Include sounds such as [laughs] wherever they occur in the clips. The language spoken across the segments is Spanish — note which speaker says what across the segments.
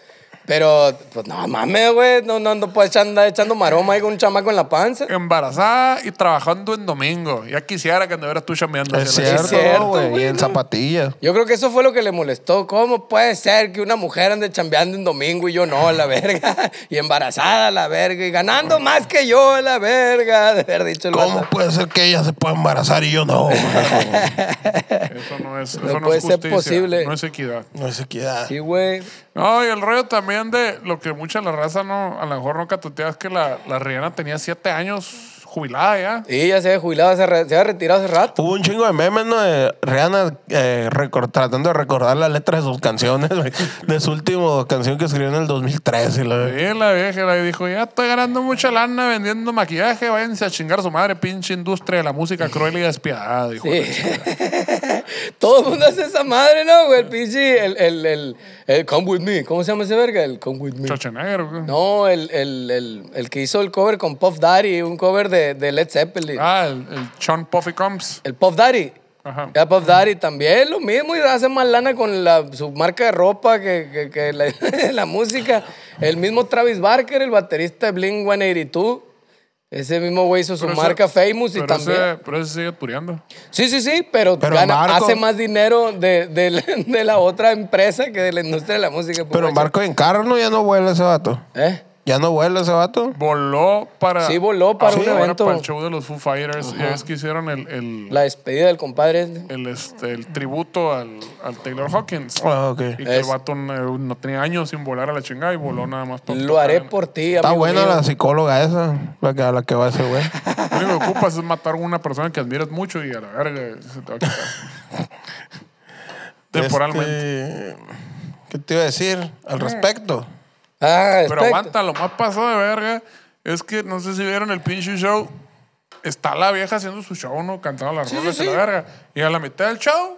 Speaker 1: Pero, pues no mames, güey, no, no, no puedes andar echando maroma ahí con un chamaco en la panza.
Speaker 2: embarazada y trabajando en domingo. Ya quisiera que anduvieras tú chameando.
Speaker 3: Es
Speaker 2: hacia la-
Speaker 3: cierto,
Speaker 1: cierto,
Speaker 3: güey.
Speaker 1: güey,
Speaker 3: Y en
Speaker 1: no.
Speaker 3: zapatillas.
Speaker 1: Yo creo que eso fue lo que le molestó. ¿Cómo puede ser que una mujer ande chambeando en domingo y yo no, a la verga? [laughs] Y embarazada, a la verga. Y ganando más que yo, a la verga. De haber dicho el
Speaker 3: ¿Cómo
Speaker 1: vato.
Speaker 3: puede ser que ella se pueda embarazar y yo no? güey?
Speaker 2: Eso no es, eso no
Speaker 1: No
Speaker 2: es
Speaker 1: puede ser
Speaker 2: justicia,
Speaker 1: posible.
Speaker 2: No es equidad.
Speaker 3: No es equidad.
Speaker 1: Sí, güey.
Speaker 2: No, y el rollo también de lo que mucha la raza no, a lo mejor no catutea, es que la, la Rihanna tenía siete años jubilada ya.
Speaker 1: Y ya se había jubilado, hace re- se había retirado hace rato.
Speaker 3: Hubo un chingo de memes, ¿no? De Rihanna eh, recor- tratando de recordar las letras de sus canciones, güey. De su última canción que escribió en el 2013. la verdad.
Speaker 2: Sí, la vieja la dijo, ya estoy ganando mucha lana vendiendo maquillaje, váyanse a chingar a su madre, pinche industria de la música cruel y despiadada, dijo.
Speaker 1: Sí. Todo el mundo hace esa madre, ¿no, güey? El pinche, el, el, el, el Come With Me. ¿Cómo se llama ese verga? El Come With Me.
Speaker 2: Schwarzenegger, güey.
Speaker 1: No, el, el, el, el que hizo el cover con Puff Daddy, un cover de, de Led Zeppelin.
Speaker 2: Ah, el, el Sean Puffy Combs.
Speaker 1: El Puff Daddy.
Speaker 2: Ajá.
Speaker 1: Ya Puff Daddy también, lo mismo, y hace más lana con la, su marca de ropa que, que- que la, [laughs] la música. El mismo Travis Barker, el baterista de Blink 182. Ese mismo güey hizo su
Speaker 2: Pero ese-
Speaker 1: marca Famous y
Speaker 2: pero
Speaker 1: Pues también.
Speaker 2: Ese, pero ese sigue tureando.
Speaker 1: Sí, sí, sí, pero,
Speaker 3: Pero
Speaker 1: gana-
Speaker 3: Marco-
Speaker 1: hace más dinero de, de la- de [laughs] la otra empresa que de la industria de la música. pues,
Speaker 3: Pero
Speaker 1: güey.
Speaker 3: Marco en carro, ¿no? Ya no vuela ese vato.
Speaker 1: ¿Eh?
Speaker 3: Ya no vuela ese vato.
Speaker 2: Voló para... Ah,
Speaker 1: Sí, voló para un
Speaker 2: ahora
Speaker 1: evento.
Speaker 2: Para el show de los Foo Fighters. Ya es que hicieron el, el,
Speaker 1: La despedida del compadre. este.
Speaker 2: el, este, el tributo al, al Taylor Hawkins.
Speaker 3: Ah, ok.
Speaker 2: Y que el
Speaker 1: Oh, Es-
Speaker 2: vato no, no tenía años sin volar a la chingada y voló nada más para
Speaker 1: Lo haré
Speaker 2: tocar.
Speaker 1: por ti,
Speaker 3: Está
Speaker 1: amigo
Speaker 3: buena
Speaker 1: mío.
Speaker 3: la psicóloga esa, la que, a la que va ese güey.
Speaker 2: Lo único que ocupas es matar a una persona que admiras mucho y a la verga se te va a quitar.
Speaker 1: [laughs] Este,
Speaker 2: Temporalmente.
Speaker 3: Este, ¿Qué te iba a decir al respecto?
Speaker 1: Ah,
Speaker 2: Pero
Speaker 1: perfecto.
Speaker 2: aguanta, lo más pasado de verga es que no sé si vieron el pinche show. Está la vieja haciendo su show, ¿no? Cantando las
Speaker 1: Sí,
Speaker 2: rolas
Speaker 1: sí,
Speaker 2: de
Speaker 1: sí.
Speaker 2: la verga. Y a la mitad del show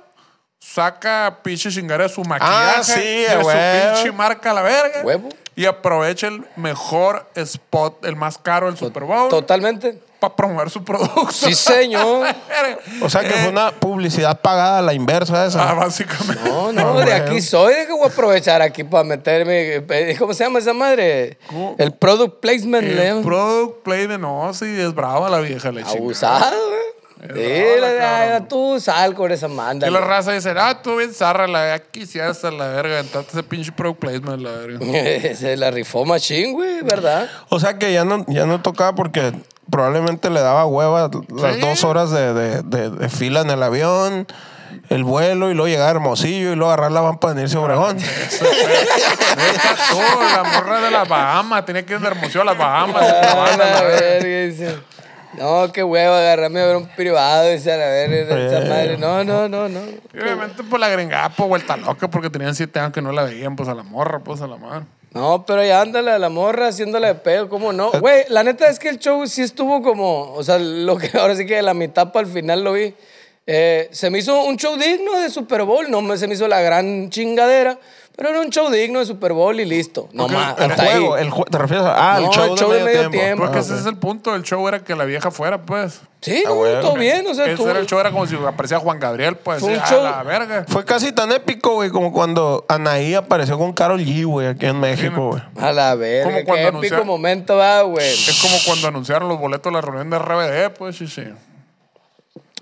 Speaker 2: saca pinche chingada de
Speaker 1: Ah,
Speaker 2: su maquillaje.
Speaker 3: sí,
Speaker 2: de su
Speaker 3: huevo.
Speaker 2: pinche marca a la verga.
Speaker 1: Huevo.
Speaker 2: Y aprovecha el mejor spot, el más caro del Super Bowl.
Speaker 1: Totalmente.
Speaker 2: para promover su [laughs] producto.
Speaker 1: Sí, señor.
Speaker 2: [laughs]
Speaker 3: O sea que fue
Speaker 1: Eh.
Speaker 3: una publicidad pagada a la inversa
Speaker 2: Ah,
Speaker 3: esa.
Speaker 2: básicamente.
Speaker 1: [laughs] No, no, de aquí soy, de que voy a aprovechar aquí para meterme. eh, ¿Cómo se llama esa madre?
Speaker 2: ¿Cómo?
Speaker 1: El product placement,
Speaker 2: El
Speaker 1: Leo.
Speaker 2: Eh, product play de no, sí, es brava la vieja le chingada.
Speaker 1: Abusado, eh. güey.
Speaker 2: Es
Speaker 1: Sí,
Speaker 2: brava,
Speaker 1: la- la-
Speaker 2: cabrón.
Speaker 1: tú sal con esa manda.
Speaker 2: Y la raza dice, ah, tú bien zarra, la verga, quisieras a la verga, entraste ese pinche product placement, la
Speaker 1: [laughs]
Speaker 2: verga.
Speaker 1: Se la rifó machín, güey, ¿verdad?
Speaker 3: O sea que ya no, ya no tocaba porque probablemente le daba hueva las
Speaker 2: Sí.
Speaker 3: dos horas de, de- de- de fila en el avión, el vuelo y luego llegar a Hermosillo y luego agarrar la van para venirse a
Speaker 1: Ah,
Speaker 3: Obregón. [laughs]
Speaker 2: Deja tú, la morra de las Bahamas, tenía que ir de Hermosillo a las Bahamas. de
Speaker 1: Ah,
Speaker 2: Tijuana, [laughs]
Speaker 1: la
Speaker 2: la verga.
Speaker 1: [laughs] verga, dice. No, qué huevo, agarrarme a ver un privado, dice a la verga,
Speaker 2: Eh.
Speaker 1: esa madre. No, no, no, no.
Speaker 2: Y obviamente, pues la gringapo, vuelta loca, porque tenían siete años que no la veían, pues a la morra, pues a la madre.
Speaker 1: No, pero ya ándale a la morra haciéndole de pedo, ¿cómo
Speaker 3: Eh.
Speaker 1: no? Güey, la neta es que el show sí estuvo como, o sea, lo que ahora sí que de la mitad para el final lo vi. Eh, se me hizo un show digno de Super Bowl, no me- se me hizo la gran chingadera, pero era un show digno de Super Bowl y listo. No más,
Speaker 3: El
Speaker 1: hasta
Speaker 3: juego,
Speaker 1: ahí.
Speaker 3: el jue- ¿te refieres a- Ah,
Speaker 1: No,
Speaker 3: el show, de medio, tiempo.
Speaker 2: Porque
Speaker 3: Ah,
Speaker 2: ese
Speaker 3: ok.
Speaker 2: es el punto del show, era que la vieja fuera, pues.
Speaker 1: Sí,
Speaker 3: Ah,
Speaker 1: no,
Speaker 3: güey.
Speaker 1: todo bien, o sea,
Speaker 2: ese
Speaker 1: tú-
Speaker 2: era el show, era como si aparecía Juan Gabriel, pues,
Speaker 1: Fue un
Speaker 2: a
Speaker 1: show-
Speaker 2: la verga.
Speaker 3: Fue casi tan épico, güey, como cuando Anaí apareció con Carol G, güey, aquí en México, güey.
Speaker 1: A la verga,
Speaker 2: Como
Speaker 1: qué
Speaker 2: cuando
Speaker 1: épico
Speaker 2: anunciaron-
Speaker 1: momento va, güey.
Speaker 2: Es como cuando anunciaron los boletos de la reunión de RBD, pues, sí, sí.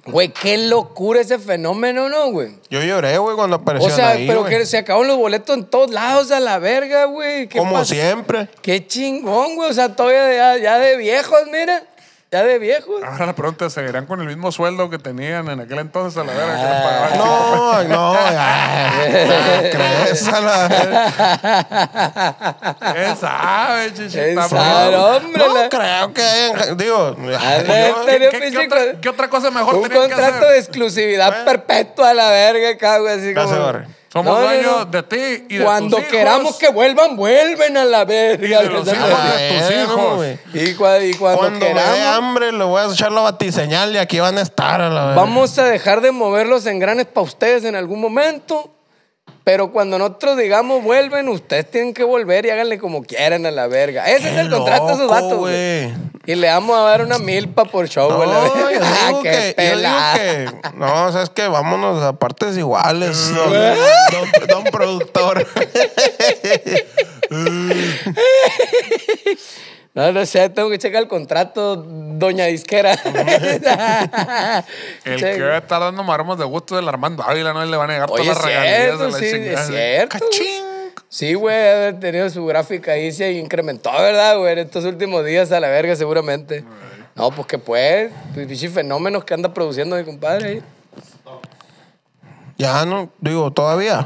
Speaker 1: Güey, qué locura ese fenómeno, ¿no, güey?
Speaker 3: Yo lloré, güey, cuando apareció
Speaker 1: O sea,
Speaker 3: Anaí,
Speaker 1: pero
Speaker 3: güey.
Speaker 1: que se acabaron los boletos en todos lados a la verga, güey. ¿Qué
Speaker 3: Como
Speaker 1: pasó?
Speaker 3: siempre.
Speaker 1: Qué chingón, güey. O sea, todavía ya, ya de viejos, mira. Ya de viejos.
Speaker 2: Ahora la pregunta es, ¿seguirán con el mismo sueldo que tenían en aquel entonces a la verga que
Speaker 1: Ah,
Speaker 2: les pagaban?
Speaker 3: No, no, ay, crees a la-
Speaker 1: [laughs]
Speaker 2: ¿Quién sabe, chichi?
Speaker 1: ¿Quién
Speaker 2: Está
Speaker 1: sabe,
Speaker 2: bueno.
Speaker 1: hombre?
Speaker 3: No
Speaker 1: la-
Speaker 3: creo que hayan- digo,
Speaker 1: A ver,
Speaker 3: yo-
Speaker 2: ¿Qué,
Speaker 1: tenía
Speaker 2: qué
Speaker 1: pinche
Speaker 2: otra,
Speaker 1: co-
Speaker 2: qué otra cosa mejor
Speaker 1: un
Speaker 2: tenían que
Speaker 1: contrato de
Speaker 2: hacer?
Speaker 1: exclusividad perpetua a la verga, cabrón. Así
Speaker 3: Gracias,
Speaker 1: como...
Speaker 3: Barry.
Speaker 2: Somos
Speaker 1: No, no,
Speaker 2: dueños
Speaker 1: no.
Speaker 2: de ti y de
Speaker 1: Cuando
Speaker 2: tus hijos.
Speaker 1: queramos que vuelvan, vuelven a la verga.
Speaker 2: Y de los
Speaker 1: ¿verdad?
Speaker 2: hijos de
Speaker 3: Ah,
Speaker 2: tus
Speaker 3: bueno,
Speaker 2: hijos.
Speaker 3: güey.
Speaker 1: Y, cua- y cuando,
Speaker 3: Cuando me dé
Speaker 1: queramos,
Speaker 3: hambre, le voy a echar la batiseñal y aquí van a estar a la verga.
Speaker 1: Vamos a dejar de mover los engranes para ustedes en algún momento, pero cuando nosotros digamos vuelven, ustedes tienen que volver y háganle como quieran a la verga. Ese es
Speaker 3: Qué
Speaker 1: el contrato de esos
Speaker 3: loco,
Speaker 1: vatos, güey.
Speaker 3: güey.
Speaker 1: Y le vamos a dar una milpa por show, güey. la
Speaker 3: No, yo
Speaker 1: verga. [laughs] Ah,
Speaker 3: digo
Speaker 1: qué
Speaker 3: que, yo digo
Speaker 1: pelada.
Speaker 3: que- no, sabes que vámonos a partes iguales, don, don- don productor.
Speaker 1: No, no sé, tengo que checar el contrato,
Speaker 3: [laughs]
Speaker 1: doña disquera. [laughs]
Speaker 2: El
Speaker 1: Che,
Speaker 2: que va a estar dando maromas de gusto del Armando Ávila, no le van a negar
Speaker 1: Oye,
Speaker 2: todas las
Speaker 1: es
Speaker 2: regalías
Speaker 1: cierto,
Speaker 2: de la
Speaker 1: sí,
Speaker 2: chingada.
Speaker 1: es cierto, güey.
Speaker 2: ¡Cachín!
Speaker 1: Sí, güey, ha de haber tenido su gráfica ahí, se incrementó, ¿verdad, güey? En estos últimos días a la verga, seguramente. No, pues que pues, pues, pinche fenómenos que anda produciendo mi compadre ahí.
Speaker 3: ya no, digo, todavía.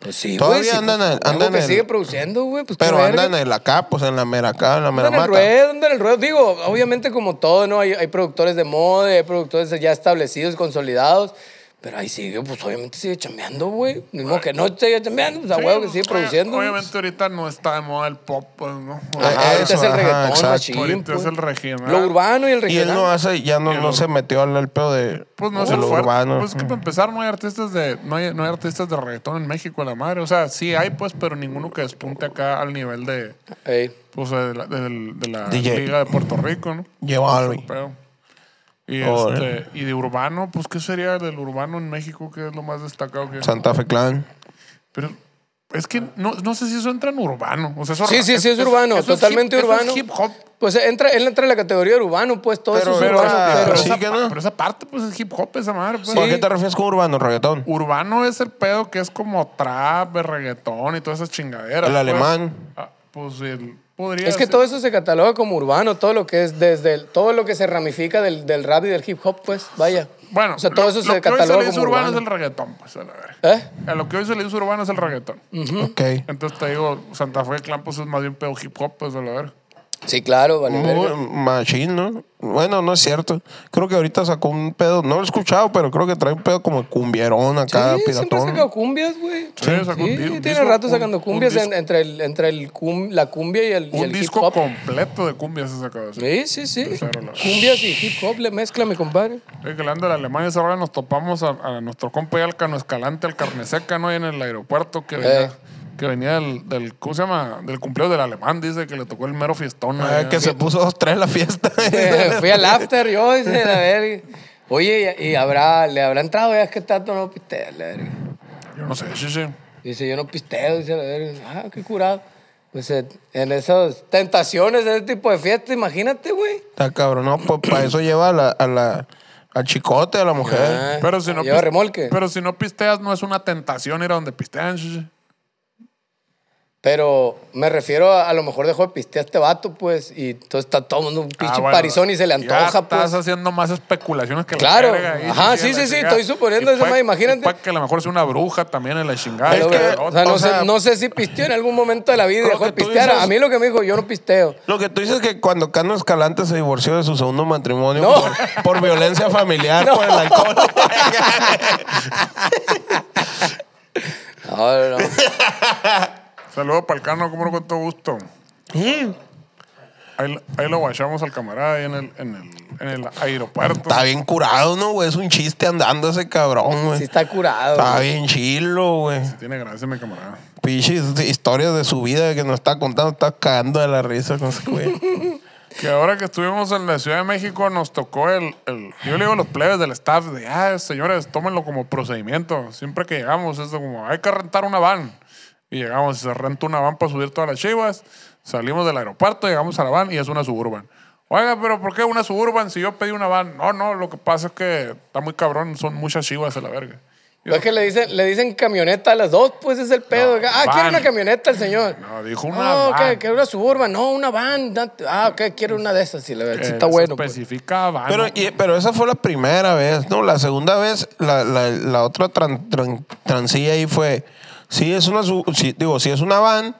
Speaker 1: Pues sí,
Speaker 3: Todavía
Speaker 1: güey, sí,
Speaker 3: andan
Speaker 1: pues,
Speaker 3: en-
Speaker 1: algo
Speaker 3: andan
Speaker 1: que
Speaker 3: en-
Speaker 1: sigue produciendo, güey, pues qué
Speaker 3: Pero
Speaker 1: verga.
Speaker 3: andan en la acá, pues en la mera acá, en la mera
Speaker 1: Andan en el
Speaker 3: mata.
Speaker 1: ruedo, andan en el ruedo. Digo, obviamente como todo, ¿no? Hay, hay productores de moda, hay productores ya establecidos, consolidados. Pero ahí sigue, pues obviamente sigue chambeando, güey. Mismo que no sigue chambeando, pues a huevo que sigue
Speaker 3: eh,
Speaker 2: Sí,
Speaker 1: produciendo. güey.
Speaker 2: Obviamente ahorita no está de moda el pop, pues, ¿no?
Speaker 1: Ajá,
Speaker 3: Ah,
Speaker 1: ahorita
Speaker 3: eso,
Speaker 1: es el
Speaker 3: ajá,
Speaker 1: reggaetón,
Speaker 3: exacto.
Speaker 1: machín,
Speaker 2: Ahorita es
Speaker 1: pues.
Speaker 2: el regional.
Speaker 1: Lo urbano y el
Speaker 3: Y él
Speaker 1: regional.
Speaker 3: no hace, ya no, no se metió al al pedo de,
Speaker 2: Pues no es
Speaker 3: de
Speaker 2: el
Speaker 3: lo
Speaker 2: fuerte.
Speaker 3: urbano.
Speaker 2: Pues es que
Speaker 3: Mm.
Speaker 2: para empezar no hay artistas de no hay, no hay artistas de reggaetón en México, a la madre. O sea, sí hay pues, pero ninguno que despunte acá al nivel de
Speaker 1: Ey.
Speaker 2: pues de la, del- de la
Speaker 3: DJ.
Speaker 2: liga de Puerto Rico, ¿no?
Speaker 3: Lleva algo.
Speaker 2: Pero- y
Speaker 3: Órale.
Speaker 2: este y de urbano, pues qué sería del urbano en México que es lo más destacado que
Speaker 3: Santa Fe Clan.
Speaker 2: Pero es que no, no sé si eso entra en urbano. O sea, eso
Speaker 1: Sí, sí, sí, es
Speaker 2: eso-
Speaker 1: urbano,
Speaker 2: eso es
Speaker 1: totalmente
Speaker 2: hip- eso es
Speaker 1: urbano.
Speaker 2: hip hop.
Speaker 1: Pues entra, él entra en la categoría de urbano, pues todo
Speaker 3: Pero-
Speaker 1: eso es
Speaker 2: Pero,
Speaker 1: urbano.
Speaker 3: ah,
Speaker 2: pero
Speaker 1: pero-
Speaker 3: sí
Speaker 2: esa,
Speaker 3: que no.
Speaker 2: pero esa parte, pues es hip hop, esa madre. Pues.
Speaker 3: ¿Por qué te refieres con urbano, reggaetón?
Speaker 2: Urbano es el pedo que es como trap, reggaetón y todas esas chingaderas.
Speaker 3: El
Speaker 2: pues.
Speaker 3: alemán.
Speaker 2: Ah, pues el, podría
Speaker 1: es que
Speaker 2: ser.
Speaker 1: todo eso se cataloga como urbano, todo lo que es desde el- todo lo que se ramifica del, del rap y del hip hop, pues, vaya.
Speaker 2: Bueno,
Speaker 1: o sea, todo
Speaker 2: lo-
Speaker 1: eso
Speaker 2: lo
Speaker 1: se
Speaker 2: que hoy se le
Speaker 1: cataloga
Speaker 2: dice
Speaker 1: como
Speaker 2: urbano
Speaker 1: urbano.
Speaker 2: es el reggaetón, pues, a la verga.
Speaker 1: ¿Eh?
Speaker 2: A lo que hoy se le dice urbano es el reggaetón.
Speaker 1: Mm.
Speaker 3: Ok.
Speaker 2: Entonces te digo, Santa Fe Clan, pues es más bien pedo hip hop, pues, a la verga.
Speaker 1: Sí, claro, vale.
Speaker 3: Muy
Speaker 1: verga.
Speaker 3: machine, ¿no? Bueno, no es cierto. Creo que ahorita sacó un pedo, no lo he escuchado, pero creo que trae un pedo como cumbierón acá,
Speaker 1: Sí, siempre
Speaker 3: piratón.
Speaker 1: saca cumbias, güey.
Speaker 2: Sí, sacó un
Speaker 1: Sí,
Speaker 2: di- un
Speaker 1: tiene
Speaker 2: disco-
Speaker 1: rato
Speaker 2: un-
Speaker 1: sacando
Speaker 2: un
Speaker 1: cumbias en-
Speaker 2: disco-
Speaker 1: entre, el, entre el cum- la cumbia y el, y
Speaker 2: Un
Speaker 1: el hip
Speaker 2: disco
Speaker 1: hop.
Speaker 2: completo de cumbia se sacaba así.
Speaker 1: Sí, sí, sí.
Speaker 2: Cero la-
Speaker 1: Cumbias y hip hop le mezcla mi compadre.
Speaker 2: Oye, que hablando de la Alemania, esa
Speaker 1: Eh.
Speaker 2: hora nos topamos a, a nuestro compa y al Cano Escalante, al Carne Seca, ¿no? Ahí en el aeropuerto que venía, que venía del, del- ¿cómo se llama? Del cumpleaños del alemán, dice que le tocó el mero fiestón.
Speaker 3: Ah,
Speaker 2: allá.
Speaker 3: que se puso dos, tres la
Speaker 1: [laughs]
Speaker 3: fiesta.
Speaker 1: Eh, Fui al after yo, dice, la verga. Oye, y, y habrá, le habrá entrado, ya es que Tato no pistea, la verga.
Speaker 2: Yo no sé, sí, sí.
Speaker 1: Dice, yo no pisteo, dice la verga. Ah, qué curado. Pues eh, en esas tentaciones, en ese tipo de fiestas, imagínate, güey.
Speaker 3: Está cabrón, no, pues para eso lleva a la, a la, al chicote, a la mujer.
Speaker 1: Ah,
Speaker 2: Pero si, no
Speaker 1: Lleva
Speaker 2: pis-
Speaker 1: remolque. Pero,
Speaker 2: pero si no pisteas, no es una tentación ir a donde pistean. sí, sí.
Speaker 1: me refiero a, a lo mejor dejó de pistear este vato, pues. Y entonces está tomando un pinche
Speaker 2: Ah, bueno,
Speaker 1: parizón y se le
Speaker 2: ya
Speaker 1: antoja,
Speaker 2: Estás
Speaker 1: pues.
Speaker 2: haciendo más especulaciones que
Speaker 1: Claro.
Speaker 2: la verga ahí,
Speaker 1: Ajá, sí,
Speaker 2: la
Speaker 1: sí, sí,
Speaker 2: chingada.
Speaker 1: estoy suponiendo
Speaker 2: Y
Speaker 1: ese
Speaker 2: puede-
Speaker 1: más, imagínate.
Speaker 2: y Puede que a lo mejor sea una bruja también en la chingada.
Speaker 1: Pero,
Speaker 3: es que-
Speaker 1: o sea, no,
Speaker 3: o sea,
Speaker 1: sé, no sé si pisteó en algún momento de la vida y
Speaker 3: lo
Speaker 1: dejó de
Speaker 3: que tú
Speaker 1: pistear.
Speaker 3: dices-
Speaker 1: A mí lo que me dijo, yo no pisteo.
Speaker 3: Lo que tú dices es que cuando Cano Escalante se divorció de su segundo matrimonio
Speaker 1: No.
Speaker 3: por, por violencia
Speaker 1: [laughs]
Speaker 3: familiar, por el alcohol.
Speaker 1: No, no, no.
Speaker 3: [laughs]
Speaker 2: Saludos para el Cano, como no con todo gusto. Ahí, ahí lo guachamos al camarada ahí en el, en el, en el aeropuerto.
Speaker 3: Está bien curado, ¿no, güey? Es un chiste andando ese cabrón, güey.
Speaker 1: Sí está curado.
Speaker 3: Está
Speaker 1: güey.
Speaker 3: bien chilo, güey.
Speaker 2: Tiene gracia mi camarada.
Speaker 3: Pichis historias de su vida que nos está contando, está cagando de la risa con ese
Speaker 1: [laughs]
Speaker 3: güey.
Speaker 2: Que ahora que estuvimos en la Ciudad de México nos tocó el, el- yo le digo a los plebes del staff de, ah, señores, tómenlo como procedimiento. Siempre que llegamos es como, hay que rentar una van. Y llegamos, se renta una van para subir todas las chivas. Salimos del aeropuerto, llegamos a la van y es una suburban. Oiga, pero ¿por qué una suburban si yo pedí una van? No, no, lo que pasa es que está muy cabrón, son muchas chivas a la verga.
Speaker 1: No, es que le dicen, le dicen camioneta a las dos, pues es el pedo.
Speaker 2: No,
Speaker 1: ah,
Speaker 2: van.
Speaker 1: quiere una camioneta el señor.
Speaker 2: No, dijo una
Speaker 1: No,
Speaker 2: van.
Speaker 1: que, que una suburban, no, una van. da- Ah, ok, quiero una de esas, sí, la verdad, sí
Speaker 2: Eh,
Speaker 1: está
Speaker 2: se
Speaker 1: bueno. pues.
Speaker 2: Especifica van.
Speaker 3: Pero, y- pero esa fue la primera vez, ¿no? La segunda vez, la, la- la otra tran, tran- transilla ahí fue, sí es una, su- sí, digo, sí es una van,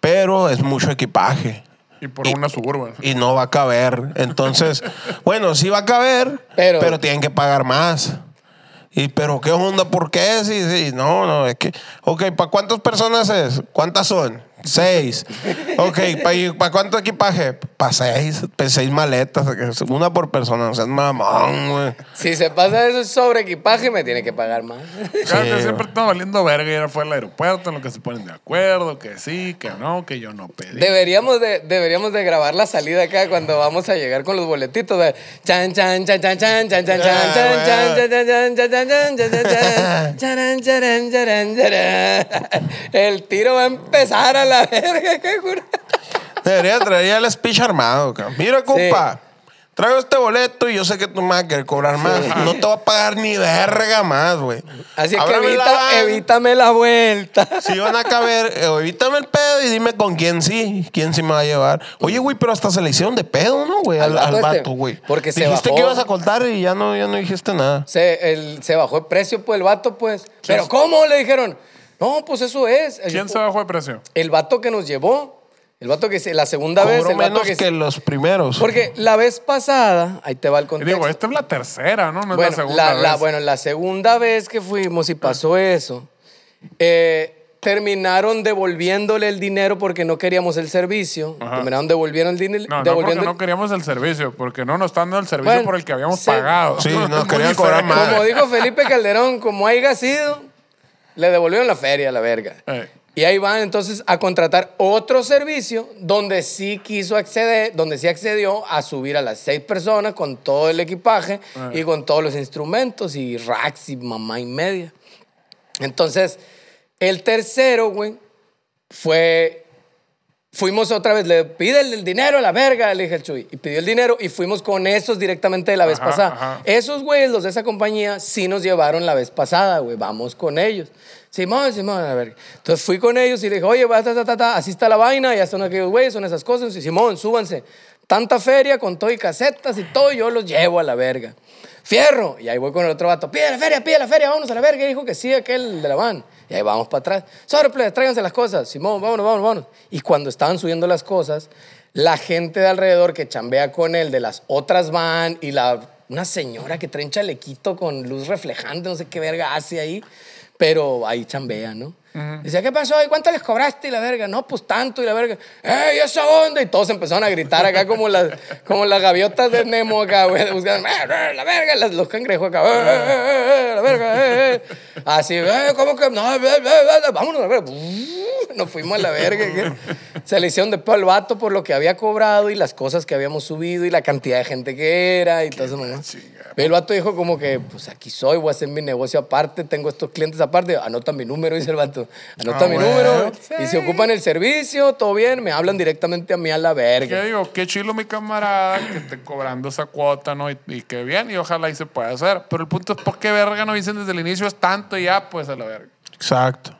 Speaker 3: pero es mucho equipaje
Speaker 2: y por una suburban.
Speaker 3: y no va a caber.
Speaker 1: [laughs]
Speaker 3: Entonces, bueno, sí va a caber,
Speaker 1: Pero-
Speaker 3: pero, tienen que pagar más. Y, pero qué onda, ¿por qué? Sí, sí, no, no, es que, ok, ¿para cuántas personas es? ¿Cuántas son? Seis. Ok, ¿para cuánto equipaje? Para seis, pues seis maletas, una por persona, o sea, es mamón, güey.
Speaker 1: Si se pasa eso es sobre equipaje, me tiene que pagar más.
Speaker 2: Claro
Speaker 1: [laughs]
Speaker 3: Sí,
Speaker 2: que
Speaker 3: güey.
Speaker 2: siempre estaba valiendo verga y ahora fue al aeropuerto en lo que se ponen de acuerdo, que sí, que no, que yo no pedí.
Speaker 1: Deberíamos de, deberíamos de grabar la salida acá cuando vamos a llegar con los boletitos. de Chan, chan, chan, chan, chan, chan, chan, chan,
Speaker 3: Ah,
Speaker 1: chan, chan,
Speaker 3: bueno.
Speaker 1: chan, chan, chan, chan, chan, chan, chan, charan, charan, charan, charan. [laughs] El tiro va a empezar a la [laughs] verga, qué jura.
Speaker 3: Debería traer ya el speech armado, cabrón. Mira, compa, traigo este boleto y yo sé que tú me vas a querer cobrar más. No te va a pagar ni verga más, güey.
Speaker 1: Así que
Speaker 3: Ábrame la
Speaker 1: evita,
Speaker 3: van.
Speaker 1: evítame la vuelta. [laughs]
Speaker 3: Si van a caber, eh, evítame el pedo y dime con quién sí, quién sí me va a llevar. Oye, güey, pero hasta se le hicieron de pedo, ¿no, güey?
Speaker 1: Al
Speaker 3: Al, al
Speaker 1: vato este,
Speaker 3: vato, güey.
Speaker 1: porque se
Speaker 3: Dijiste
Speaker 1: bajó.
Speaker 3: que ibas a contar y ya no, ya no dijiste nada.
Speaker 1: Se, el, se bajó el precio, pues, el vato, pues. ¿Pero cómo? Le dijeron. No, pues eso es. El,
Speaker 2: ¿Quién se bajó de precio?
Speaker 1: el vato que nos llevó, el vato que se- la segunda vez,
Speaker 3: Cobró
Speaker 1: el vato
Speaker 3: menos
Speaker 1: que...
Speaker 3: que,
Speaker 1: se-
Speaker 3: los primeros.
Speaker 1: Porque la vez pasada, ahí te va el
Speaker 2: Y
Speaker 1: contexto.
Speaker 2: digo, esta es la tercera, ¿no? No es
Speaker 1: bueno,
Speaker 2: la segunda.
Speaker 1: la- la-
Speaker 2: vez. Ah.
Speaker 1: bueno, la segunda vez que fuimos y pasó eso, eh, terminaron devolviéndole el dinero porque no queríamos el servicio. Terminaron devolviendo el dinero.
Speaker 2: no, no, porque
Speaker 1: devolviendo
Speaker 2: no queríamos el servicio, porque no nos están dando el servicio
Speaker 1: Bueno,
Speaker 2: por el que habíamos
Speaker 1: sí.
Speaker 2: pagado. [laughs]
Speaker 3: Sí,
Speaker 2: Es
Speaker 3: nos
Speaker 2: muy
Speaker 3: querían
Speaker 2: diferente.
Speaker 3: cobrar más.
Speaker 1: Como dijo Felipe Calderón, como haya sido, le devolvieron la feria a la verga.
Speaker 2: Eh.
Speaker 1: Y ahí van entonces a contratar otro servicio donde sí quiso acceder, donde sí accedió a subir a las seis personas con todo el equipaje y con todos los instrumentos y racks y mamá y media. Entonces, el tercero, güey, fue Fuimos otra vez, le pide el, el dinero a la verga, le dije al Chuy. Y pidió el dinero y fuimos con esos directamente de la vez
Speaker 2: Ajá,
Speaker 1: pasada.
Speaker 2: ajá.
Speaker 1: Esos güeyes, los de esa compañía, sí nos llevaron la vez pasada, güey. Vamos con ellos. Simón, Simón, a la verga. Entonces fui con ellos y le dije, oye, va, ta, ta, ta, ta, así está la vaina, ya son aquellos güeyes, son esas cosas. Y Simón, súbanse. Tanta feria con todo y casetas y todo, yo los llevo a la verga. Fierro. Y ahí voy con el otro vato. Pide la feria, pide la feria, vámonos a la verga. Y dijo que sí, aquel de la van. Y ahí vamos para atrás. Sobre, plebes, tráiganse las cosas. Simón, vámonos, vámonos, vámonos. Y cuando estaban subiendo las cosas, la gente de alrededor que chambea con él, de las otras van, y la, una señora que trae un chalequito con luz reflejante, no sé qué verga hace ahí, pero ahí chambea, ¿no? Dice, ¿qué pasó? ¿Y cuánto les cobraste? Y la verga, no, pues tanto. Y la verga, ¡ey, esa onda! Y todos empezaron a gritar acá como las, como las gaviotas de Nemo acá, güey. buscando, "Eh, eh, la verga, las- los cangrejos acá, "Eh, eh, [laughs] eh, eh, la verga, eh, eh". Así, "Eh, ¿cómo que? No, eh, eh, eh, vámonos, la verga. nos fuimos a la verga. ¿qué? Se le hicieron de pedo al vato por lo que había cobrado y las cosas que habíamos subido y la cantidad de gente que era y todo eso. ¿no?
Speaker 2: chingada.
Speaker 1: Y el vato dijo como que, pues aquí soy, voy a hacer mi negocio aparte, tengo estos clientes aparte. Anota mi número, dice el vato. Anota
Speaker 2: Ah,
Speaker 1: mi
Speaker 2: bueno.
Speaker 1: número. Y se ocupan el servicio, todo bien, me hablan directamente a mí a la
Speaker 2: Que
Speaker 1: verga.
Speaker 2: digo, qué chilo mi camarada que esté cobrando esa cuota, ¿no? Y, y qué bien, y ojalá y se pueda hacer. Pero el punto es, ¿por qué verga no dicen desde el inicio es tanto y ya, pues a la verga?
Speaker 3: Exacto.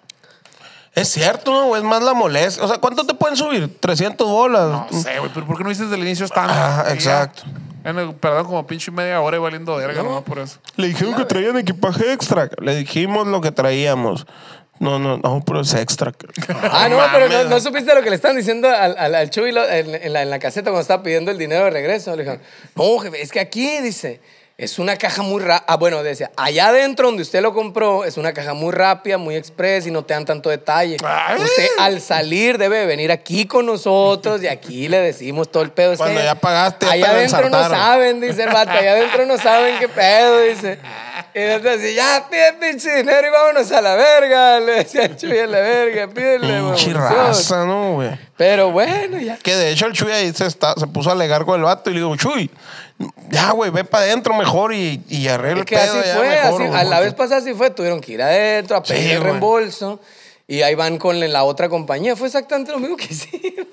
Speaker 3: Es cierto, ¿no? güey? Es más la molestia. O sea, ¿cuánto te pueden subir? 300 bolas.
Speaker 2: No
Speaker 1: Pues,
Speaker 2: sé, güey, pero ¿por qué no dices desde el inicio es tanto?
Speaker 3: Ah,
Speaker 2: Y ya.
Speaker 3: exacto.
Speaker 2: En el- perdón, como pinche media hora y valiendo verga, no, por eso.
Speaker 3: Le dijeron que traían equipaje extra. Le dijimos lo que traíamos. No, no, no, pero es extra.
Speaker 1: Ah, no, pero no,
Speaker 3: mames.
Speaker 1: no supiste lo que le estaban diciendo al, al, al Chuy lo- en, en la, en la caseta cuando estaba pidiendo el dinero de regreso. Le dijeron, no, jefe, es que aquí, dice, es una caja muy rápida. Ah, bueno, decía, allá adentro donde usted lo compró, es una caja muy rápida, muy express y no te dan tanto detalle.
Speaker 2: Ay.
Speaker 1: Usted al salir debe de venir aquí con nosotros y aquí le decimos todo el pedo. Es
Speaker 3: Cuando
Speaker 1: que
Speaker 3: ya pagaste, ya
Speaker 1: Allá
Speaker 3: te lo
Speaker 1: adentro no
Speaker 3: ensartaron.
Speaker 1: saben, dice el vato, allá adentro no saben qué pedo, dice. Y el otro así, ya pide pinche dinero y vámonos a la verga. Le decía el Chuy a la verga, pídele,
Speaker 3: Pinche
Speaker 1: mamonzón.
Speaker 3: raza, ¿no, güey?
Speaker 1: Pero bueno, ya.
Speaker 3: Que de hecho el Chuy ahí se, está- se puso a alegar con el vato y le digo, Chuy, ya, güey, ve para adentro mejor y, y arregla
Speaker 1: Es
Speaker 3: el
Speaker 1: que
Speaker 3: pedo
Speaker 1: así
Speaker 3: ya
Speaker 1: fue,
Speaker 3: mejor, güey,
Speaker 1: así- a la
Speaker 3: porque-
Speaker 1: vez pasada así fue, tuvieron que ir adentro a pedir
Speaker 3: Sí,
Speaker 1: el
Speaker 3: güey.
Speaker 1: reembolso. Y ahí van con la otra compañía. Fue exactamente lo mismo que hicimos.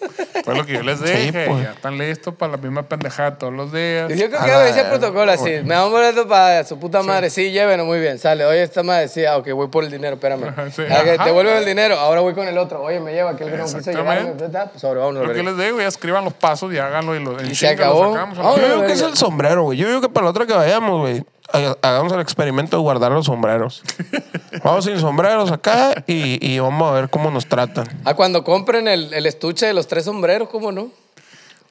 Speaker 2: Fue lo que yo les dije.
Speaker 3: pues.
Speaker 2: Ya están listos para la misma pendejada todos los días.
Speaker 1: Y Yo creo
Speaker 3: A
Speaker 1: que
Speaker 3: la
Speaker 1: decía el
Speaker 3: verga,
Speaker 1: protocolo así. Me da un boleto para su puta madre. Sí, llévenos, muy bien. Sale, oye, esta madre decía, ok, voy por el dinero, espérame.
Speaker 2: Ajá, sí.
Speaker 1: Ah, que
Speaker 2: Ajá.
Speaker 1: Devuelve el dinero, ahora voy con el otro. Oye, me lleva, aquel que no quiso
Speaker 2: Exactamente.
Speaker 1: llevarme. ¿verdad? Pues ahora vámonos.
Speaker 2: Lo que
Speaker 1: verga.
Speaker 2: les digo, ya escriban los pasos y háganlo y lo en
Speaker 1: Y se
Speaker 2: chinga lo
Speaker 1: acabó. Ah,
Speaker 2: sacamos.
Speaker 1: Ahora,
Speaker 3: Yo digo
Speaker 1: verga.
Speaker 3: que es el sombrero, güey. Yo digo que para la otra que vayamos, güey, haga- hagamos el experimento de guardar los
Speaker 1: [laughs]
Speaker 3: sombreros. vamos sin sombreros acá y, y vamos a ver cómo nos tratan.
Speaker 1: Ah, cuando compren el, el estuche de los tres sombreros, ¿cómo no?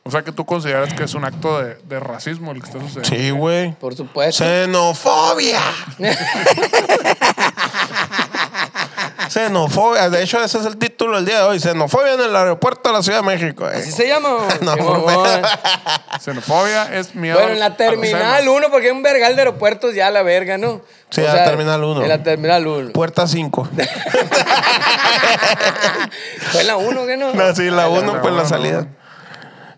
Speaker 2: O sea que tú consideras que es un acto de, de racismo el que está sucediendo.
Speaker 3: Sí, güey.
Speaker 1: Por supuesto.
Speaker 3: Xenofobia. Xenofobia. De hecho, ese es el título del día de hoy. Xenofobia en el aeropuerto de la Ciudad de México. eh.
Speaker 1: [laughs] Así
Speaker 3: [laughs]
Speaker 1: se llama. güey.
Speaker 3: No,
Speaker 1: Qué mamón.
Speaker 3: [laughs] mames.
Speaker 2: Xenofobia es miedo.
Speaker 1: Bueno, en
Speaker 2: a
Speaker 1: la
Speaker 2: los
Speaker 1: terminal uh.
Speaker 2: senos.
Speaker 1: 1, porque hay un vergal de aeropuertos ya la verga, ¿no?
Speaker 3: Sí, la terminal uno. Pues-
Speaker 1: En la terminal 1.
Speaker 3: Puerta
Speaker 1: [laughs]
Speaker 3: 5.
Speaker 1: Fue en la 1, ¿qué no?
Speaker 3: [laughs] No, sí, la 1 pues la
Speaker 2: no,
Speaker 3: salida.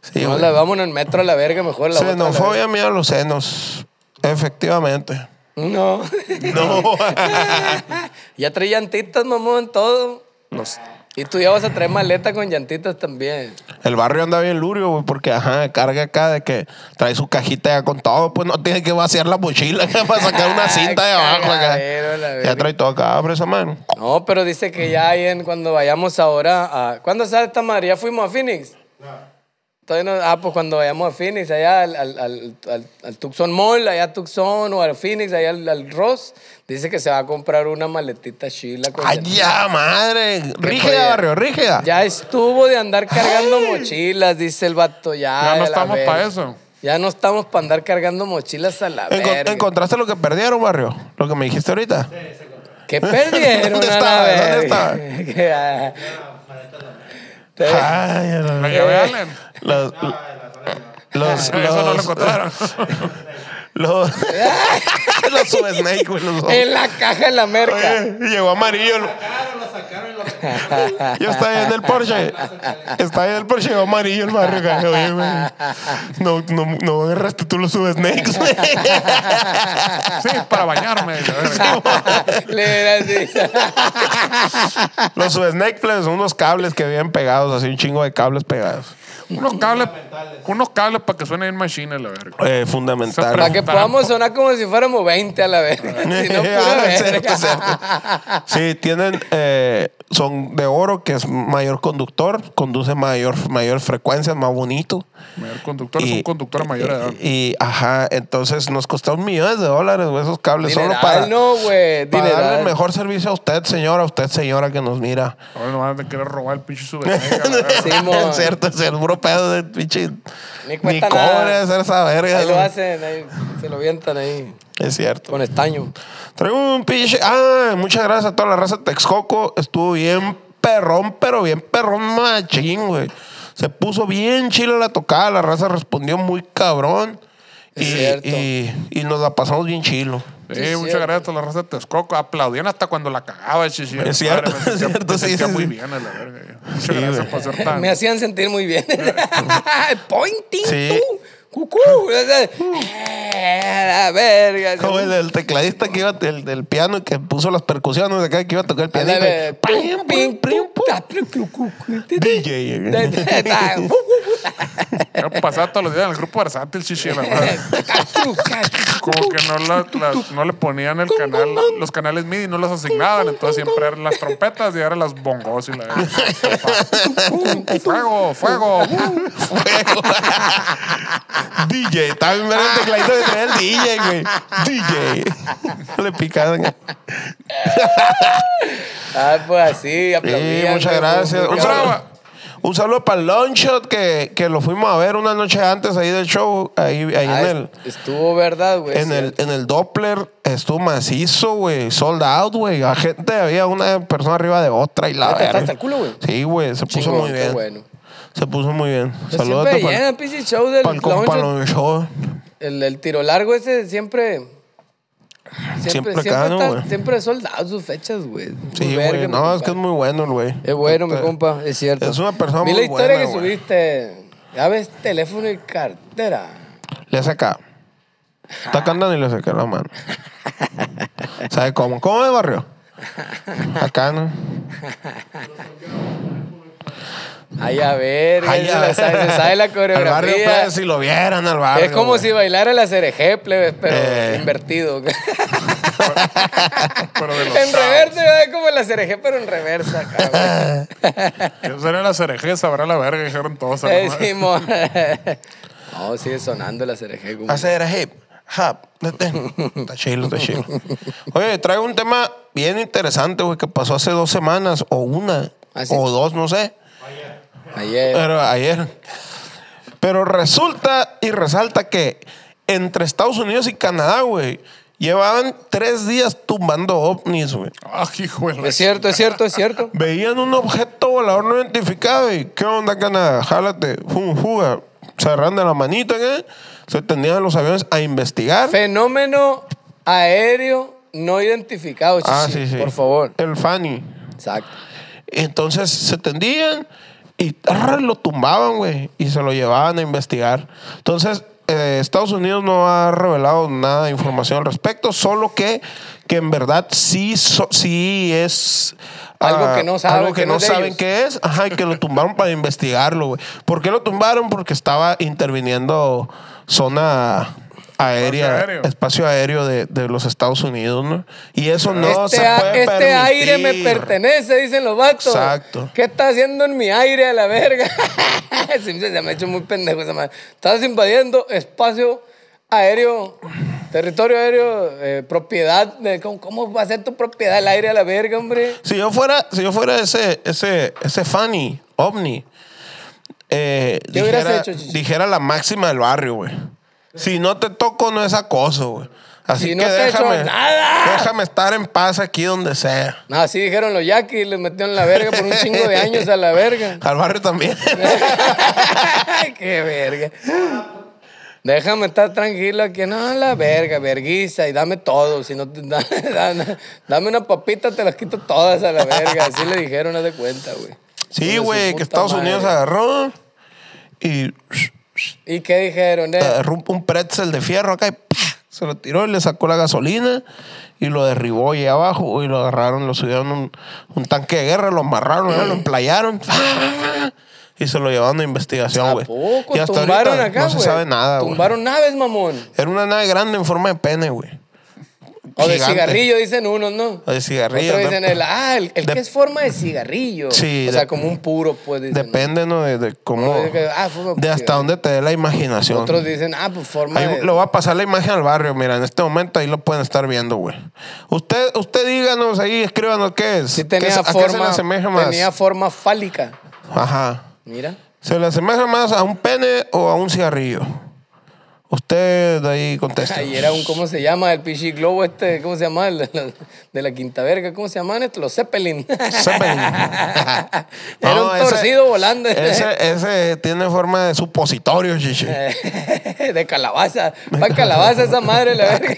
Speaker 3: Sí,
Speaker 1: No,
Speaker 3: güey.
Speaker 1: la- vámonos en metro a la verga, mejor la otra, la verga.
Speaker 3: Xenofobia, miedo a los senos.
Speaker 1: [laughs]
Speaker 3: Efectivamente.
Speaker 1: No.
Speaker 3: [laughs] No.
Speaker 1: ya trae llantitas, mamón, todo.
Speaker 2: Los-
Speaker 1: Y tú ya vas a traer maleta con llantitas también.
Speaker 3: El barrio anda bien lurio, güey, porque ajá, carga acá de que trae su cajita ya con todo, pues no tiene que vaciar la mochila [laughs] acá para sacar una cinta de abajo acá.
Speaker 1: Cagadero, la verga.
Speaker 3: Ya trae todo acá, abre esa mano.
Speaker 1: No, pero dice que ya hay en cuando vayamos ahora a. ¿Cuándo sale esta madre? ¿Ya fuimos a Phoenix? Todavía no. Ah, pues cuando vayamos a Phoenix, allá al, al, al, al- al Tucson Mall, allá a Tucson o al Phoenix, allá al, al Ross, dice que se va a comprar una maletita chila. con
Speaker 3: ¡Ay,
Speaker 1: llantitas.
Speaker 3: ya, madre! Rígida,
Speaker 1: jodida.
Speaker 3: barrio, rígida.
Speaker 1: Ya estuvo de andar cargando mochilas, dice el vato. Ya,
Speaker 2: Ya no
Speaker 1: a la
Speaker 2: estamos
Speaker 1: verga.
Speaker 2: pa' eso.
Speaker 1: Ya no estamos para andar cargando mochilas a la
Speaker 3: Encon-
Speaker 1: verga.
Speaker 3: ¿Encontraste lo que perdieron, barrio? Lo que me dijiste ahorita.
Speaker 1: ¿Qué perdieron?
Speaker 3: ¿Dónde
Speaker 1: a la
Speaker 3: estaba? ¿Dónde
Speaker 1: verga? [laughs] Que, ah,
Speaker 2: Eh.
Speaker 1: te-
Speaker 3: Ay, a la-
Speaker 2: La llave Allen.
Speaker 3: los, los, los,
Speaker 2: Eso no lo encontraron.
Speaker 3: [laughs] los, [laughs] los subsnake, güey, los-
Speaker 1: En la caja de la merca.
Speaker 3: Oye, llegó amarillo. el- [laughs] Yo estaba ahí en el Porsche. Estaba ahí en el Porsche, llegó amarillo el barrio. güey. Oye, güey, No, no, no agarraste tú los
Speaker 2: [laughs]
Speaker 3: subsnakes, güey.
Speaker 2: Sí, para bañarme. la verga.
Speaker 1: [laughs] Le
Speaker 3: [laughs]
Speaker 1: era así.
Speaker 3: Los subsnakes, pues, son unos cables que vienen pegados, así un chingo de cables pegados.
Speaker 2: unos cables, unos cables para que suene en machine, la verga.
Speaker 3: Eh, fundamental.
Speaker 1: Para que podamos sonar como si fuéramos 20 a
Speaker 3: [laughs]
Speaker 1: la verga. [laughs] Si no, pura
Speaker 3: Ah, no,
Speaker 1: verga.
Speaker 3: cierto, cierto. Sí, tienen, eh, son de oro, que es mayor conductor, conduce mayor, mayor frecuencia, más bonito.
Speaker 2: Mayor conductor es un conductor mayor de edad.
Speaker 3: Y, y, ajá, entonces nos costaron millones de dólares güey, esos cables solo
Speaker 1: Dineral,
Speaker 3: para,
Speaker 1: no, güey.
Speaker 3: para darle
Speaker 1: Dineral.
Speaker 3: el mejor servicio a usted, señora, a usted, señora, que nos mira.
Speaker 2: Ahora no van a querer robar el pinche subesnega, la verga.
Speaker 1: Sí,
Speaker 3: [laughs]
Speaker 1: mon.
Speaker 3: es cierto, es el puro pedo de pinche.
Speaker 1: Ni
Speaker 3: Ni
Speaker 1: cuesta nada.
Speaker 3: cobre hacer esa verga.
Speaker 1: Ahí lo
Speaker 3: güey.
Speaker 1: hacen, ahí se lo avientan ahí.
Speaker 3: Es cierto.
Speaker 1: Con estaño.
Speaker 3: Traigo un pinche. Ah, muchas gracias a toda la raza de Texcoco. Estuvo bien perrón, pero bien perrón machín, güey. Se puso bien chile la tocada. La raza respondió muy cabrón.
Speaker 1: Es
Speaker 3: y,
Speaker 1: cierto.
Speaker 3: Y, y nos la pasamos bien chilo.
Speaker 2: Sí,
Speaker 1: es
Speaker 2: muchas
Speaker 1: cierto.
Speaker 2: gracias a toda la raza de Texcoco. Aplaudían hasta cuando la cagaba, chichi.
Speaker 3: Es cierto,
Speaker 2: Madre, me
Speaker 3: es
Speaker 2: sentía-
Speaker 3: cierto,
Speaker 2: me
Speaker 3: sí,
Speaker 2: sentía
Speaker 3: sí,
Speaker 2: muy
Speaker 3: sí.
Speaker 2: bien a la verga. Muchas gracias por ser tan...
Speaker 1: Me hacían sentir muy bien. [laughs] Pointing
Speaker 3: Sí.
Speaker 1: tú. Cucú. [laughs] A ver.
Speaker 3: Como el, el tecladista que iba, el del piano que puso las percusiones acá, que iba a tocar el pianito. y prim, prim, prim, Ah, pum. DJ. [laughs]
Speaker 2: Yo pasaba todos los días en el grupo versátil, chichi,
Speaker 1: [laughs]
Speaker 2: la verdad. Como que no, la- las- no le ponían el canal, los canales MIDI no los asignaban, entonces siempre eran las trompetas y ahora las bongos y la
Speaker 1: [laughs]
Speaker 2: Fuego, fuego.
Speaker 3: Fuego. DJ. Estaba bien ver el tecladito que traía el DJ,
Speaker 1: [laughs]
Speaker 3: güey. DJ. [laughs] Le picaban.
Speaker 1: Ah, pues así,
Speaker 3: Sí,
Speaker 1: aplaudían.
Speaker 3: muchas
Speaker 1: güey,
Speaker 3: gracias.
Speaker 1: muy
Speaker 3: Un
Speaker 1: cabrón.
Speaker 3: saludo, un saludo para el Longshot que, que lo fuimos a ver una noche antes ahí del show, ahí, ahí
Speaker 1: Ah,
Speaker 3: en el.
Speaker 1: est- Estuvo, ¿verdad, güey?
Speaker 3: En el, en el Doppler estuvo macizo, güey. Sold out, güey. La gente, había una persona arriba de otra y la
Speaker 1: Neta,
Speaker 3: verga.
Speaker 1: hasta el culo, güey.
Speaker 3: Sí, güey. Se puso
Speaker 1: Chingón,
Speaker 3: muy
Speaker 1: qué
Speaker 3: bien.
Speaker 1: bueno. Pues
Speaker 3: Se puso muy bien. Saludos
Speaker 1: Siempre llena el
Speaker 3: para
Speaker 1: pinche show del
Speaker 3: el compa
Speaker 1: Lounge.
Speaker 3: Longshot.
Speaker 1: El, el tiro largo ese siempre. Siempre,
Speaker 3: Siempre
Speaker 1: siempre,
Speaker 3: acá, ¿no,
Speaker 1: está-
Speaker 3: güey?
Speaker 1: siempre soldado sus fechas, güey. Muy
Speaker 3: Sí,
Speaker 1: verga,
Speaker 3: güey.
Speaker 1: mi
Speaker 3: No, es
Speaker 1: compa.
Speaker 3: que es muy bueno el güey.
Speaker 1: Es bueno, mi
Speaker 3: Este,
Speaker 1: compa, es cierto.
Speaker 3: Es una persona
Speaker 1: Vi
Speaker 3: muy
Speaker 1: la historia
Speaker 3: buena,
Speaker 1: que
Speaker 3: güey.
Speaker 1: subiste. Ya ves, teléfono y cartera.
Speaker 3: Le saca. Está cantando y le saca la mano. ¿Sabe cómo? ¿Cómo de barrio? Acá, ¿no?
Speaker 1: Ay, a ver, güey, se la sabe, se sabe la
Speaker 3: Al barrio,
Speaker 1: coreografía.
Speaker 3: pues, si lo vieran al barrio.
Speaker 1: es como
Speaker 3: güey.
Speaker 1: si bailara la cereje, plebes, pero
Speaker 3: Eh.
Speaker 1: invertido.
Speaker 2: Pero de los
Speaker 1: en reversa, es como la cereje, pero en
Speaker 3: [laughs]
Speaker 1: reversa, cabrón.
Speaker 2: chavos. Eran las herejes, sabrá la verga, dijeron todos. ¿no?
Speaker 1: Eh, Simón. no, sigue sonando la cereje. como-
Speaker 3: Hacer a hip, hop. Está chido, está chido. Oye, traigo un tema bien interesante, güey, que pasó hace dos semanas o una
Speaker 1: Ah, sí.
Speaker 3: o dos, no sé.
Speaker 1: Ayer.
Speaker 3: Pero ayer. Pero resulta y resalta que entre Estados Unidos y Canadá, güey, llevaban tres días tumbando ovnis, güey.
Speaker 2: Ah, hijo de la
Speaker 1: Es cierto, es cierto, es
Speaker 3: [laughs]
Speaker 1: cierto.
Speaker 3: Veían un objeto volador no identificado y ¿qué onda, Canadá? Jálate, fum, fuga. Cerrando la manita, ¿eh? Se tendían los aviones a investigar.
Speaker 1: Fenómeno aéreo no identificado, Chichi,
Speaker 3: Ah, sí, sí.
Speaker 1: por favor.
Speaker 3: El Fanny.
Speaker 1: Exacto.
Speaker 3: Entonces se tendían y tarra, lo tumbaban, güey, y se lo llevaban a investigar. Entonces, eh, Estados Unidos no ha revelado nada de información al respecto, solo que, que en verdad sí, so- sí es...
Speaker 1: Algo
Speaker 3: ah,
Speaker 1: que no saben,
Speaker 3: algo que,
Speaker 1: que no
Speaker 3: no
Speaker 1: es de
Speaker 3: saben
Speaker 1: ellos.
Speaker 3: qué es, ajá, y que lo tumbaron para investigarlo, güey. ¿Por qué lo tumbaron? Porque estaba interviniendo zona aérea, espacio
Speaker 2: aéreo.
Speaker 3: aéreo, de, de los Estados Unidos, ¿no? Y eso no
Speaker 1: este
Speaker 3: se
Speaker 1: a-
Speaker 3: puede
Speaker 1: este aire me
Speaker 3: permitir.
Speaker 1: pertenece, dicen los vatos.
Speaker 3: Exacto.
Speaker 1: ¿Qué está haciendo en mi aire a la verga? [laughs] Sí, se me ha hecho muy pendejo esa madre. Estás invadiendo espacio aéreo, territorio aéreo, eh, propiedad. de- ¿cómo, cómo va a ser tu propiedad el aire a la verga, hombre?
Speaker 3: Si yo fuera, si yo fuera ese, ese, ese Fanny, ovni, eh,
Speaker 1: ¿Qué hubieras
Speaker 3: dijera,
Speaker 1: hecho, Chichi?
Speaker 3: dijera la máxima del barrio, güey. Si no te toco, no es acoso, güey. Así
Speaker 1: Si
Speaker 3: que
Speaker 1: no te he hecho
Speaker 3: déjame,
Speaker 1: nada.
Speaker 3: déjame estar en paz aquí donde sea.
Speaker 1: No, así dijeron los yaquis, les metieron la verga [laughs] por un chingo de años a la verga.
Speaker 3: [laughs] Al barrio
Speaker 1: [laughs]
Speaker 3: también.
Speaker 1: ¡Qué verga! Déjame estar tranquilo aquí. No, la verga, verguiza. Y dame todo. Si no [laughs] te- da- da- dame una papita, te las quito todas a la verga. Así le dijeron, haz de cuenta, güey. Hijo de
Speaker 3: sí,
Speaker 1: su
Speaker 3: güey, que
Speaker 1: puta
Speaker 3: Estados Unidos
Speaker 1: madre.
Speaker 3: agarró y
Speaker 1: ¿Y qué dijeron, eh?
Speaker 3: agarró un pretzel de fierro acá y ¡pa! se lo tiró y le sacó la gasolina y lo derribó ahí abajo y lo agarraron, lo subieron a un, un tanque de guerra, lo amarraron, ¿no? lo emplayaron ¡ah! y se lo llevaron a investigación,
Speaker 1: ¿A
Speaker 3: güey.
Speaker 1: poco?
Speaker 3: Y hasta
Speaker 1: Tumbaron
Speaker 3: ahorita
Speaker 1: acá,
Speaker 3: No se
Speaker 1: güey.
Speaker 3: sabe nada, güey.
Speaker 1: Tumbaron naves, mamón.
Speaker 3: Era una nave grande en forma de pene, güey.
Speaker 1: O de
Speaker 3: Gigante.
Speaker 1: cigarrillo, dicen unos, ¿no?
Speaker 3: O de cigarrillo,
Speaker 1: Otros
Speaker 3: de-
Speaker 1: dicen, el, ah, el, el
Speaker 3: de-
Speaker 1: que es forma de cigarrillo.
Speaker 3: Sí,
Speaker 1: O sea,
Speaker 3: de-
Speaker 1: como un puro, pues, dicen. ¿no?
Speaker 3: Depende, ¿no? De, de cómo...
Speaker 1: No, de que, ah, fue-
Speaker 3: de hasta dónde te dé la imaginación.
Speaker 1: Otros dicen, ah, pues forma
Speaker 3: Ahí
Speaker 1: de...
Speaker 3: lo va a pasar la imagen al barrio, mira, en este momento ahí lo pueden estar viendo, güey. Usted, usted díganos ahí, escríbanos qué es.
Speaker 1: Sí tenía
Speaker 3: ¿Qué se- a qué se le
Speaker 1: forma,
Speaker 3: asemeja más?
Speaker 1: tenía forma fálica.
Speaker 3: Ajá.
Speaker 1: Mira.
Speaker 3: ¿Se le asemeja más a un pene o a un cigarrillo? Usted ahí contesta.
Speaker 1: Ahí era un, ¿cómo se llama? El pichi globo este, ¿cómo se llama? El De la, de la quinta verga, ¿cómo se llaman estos? Los Zeppelin.
Speaker 3: Zeppelin.
Speaker 1: [laughs] era
Speaker 3: No,
Speaker 1: un
Speaker 3: ese-
Speaker 1: torcido volando.
Speaker 3: Ese, ese tiene forma de supositorio, chichi.
Speaker 1: de calabaza. Va calabaza esa madre, la verga.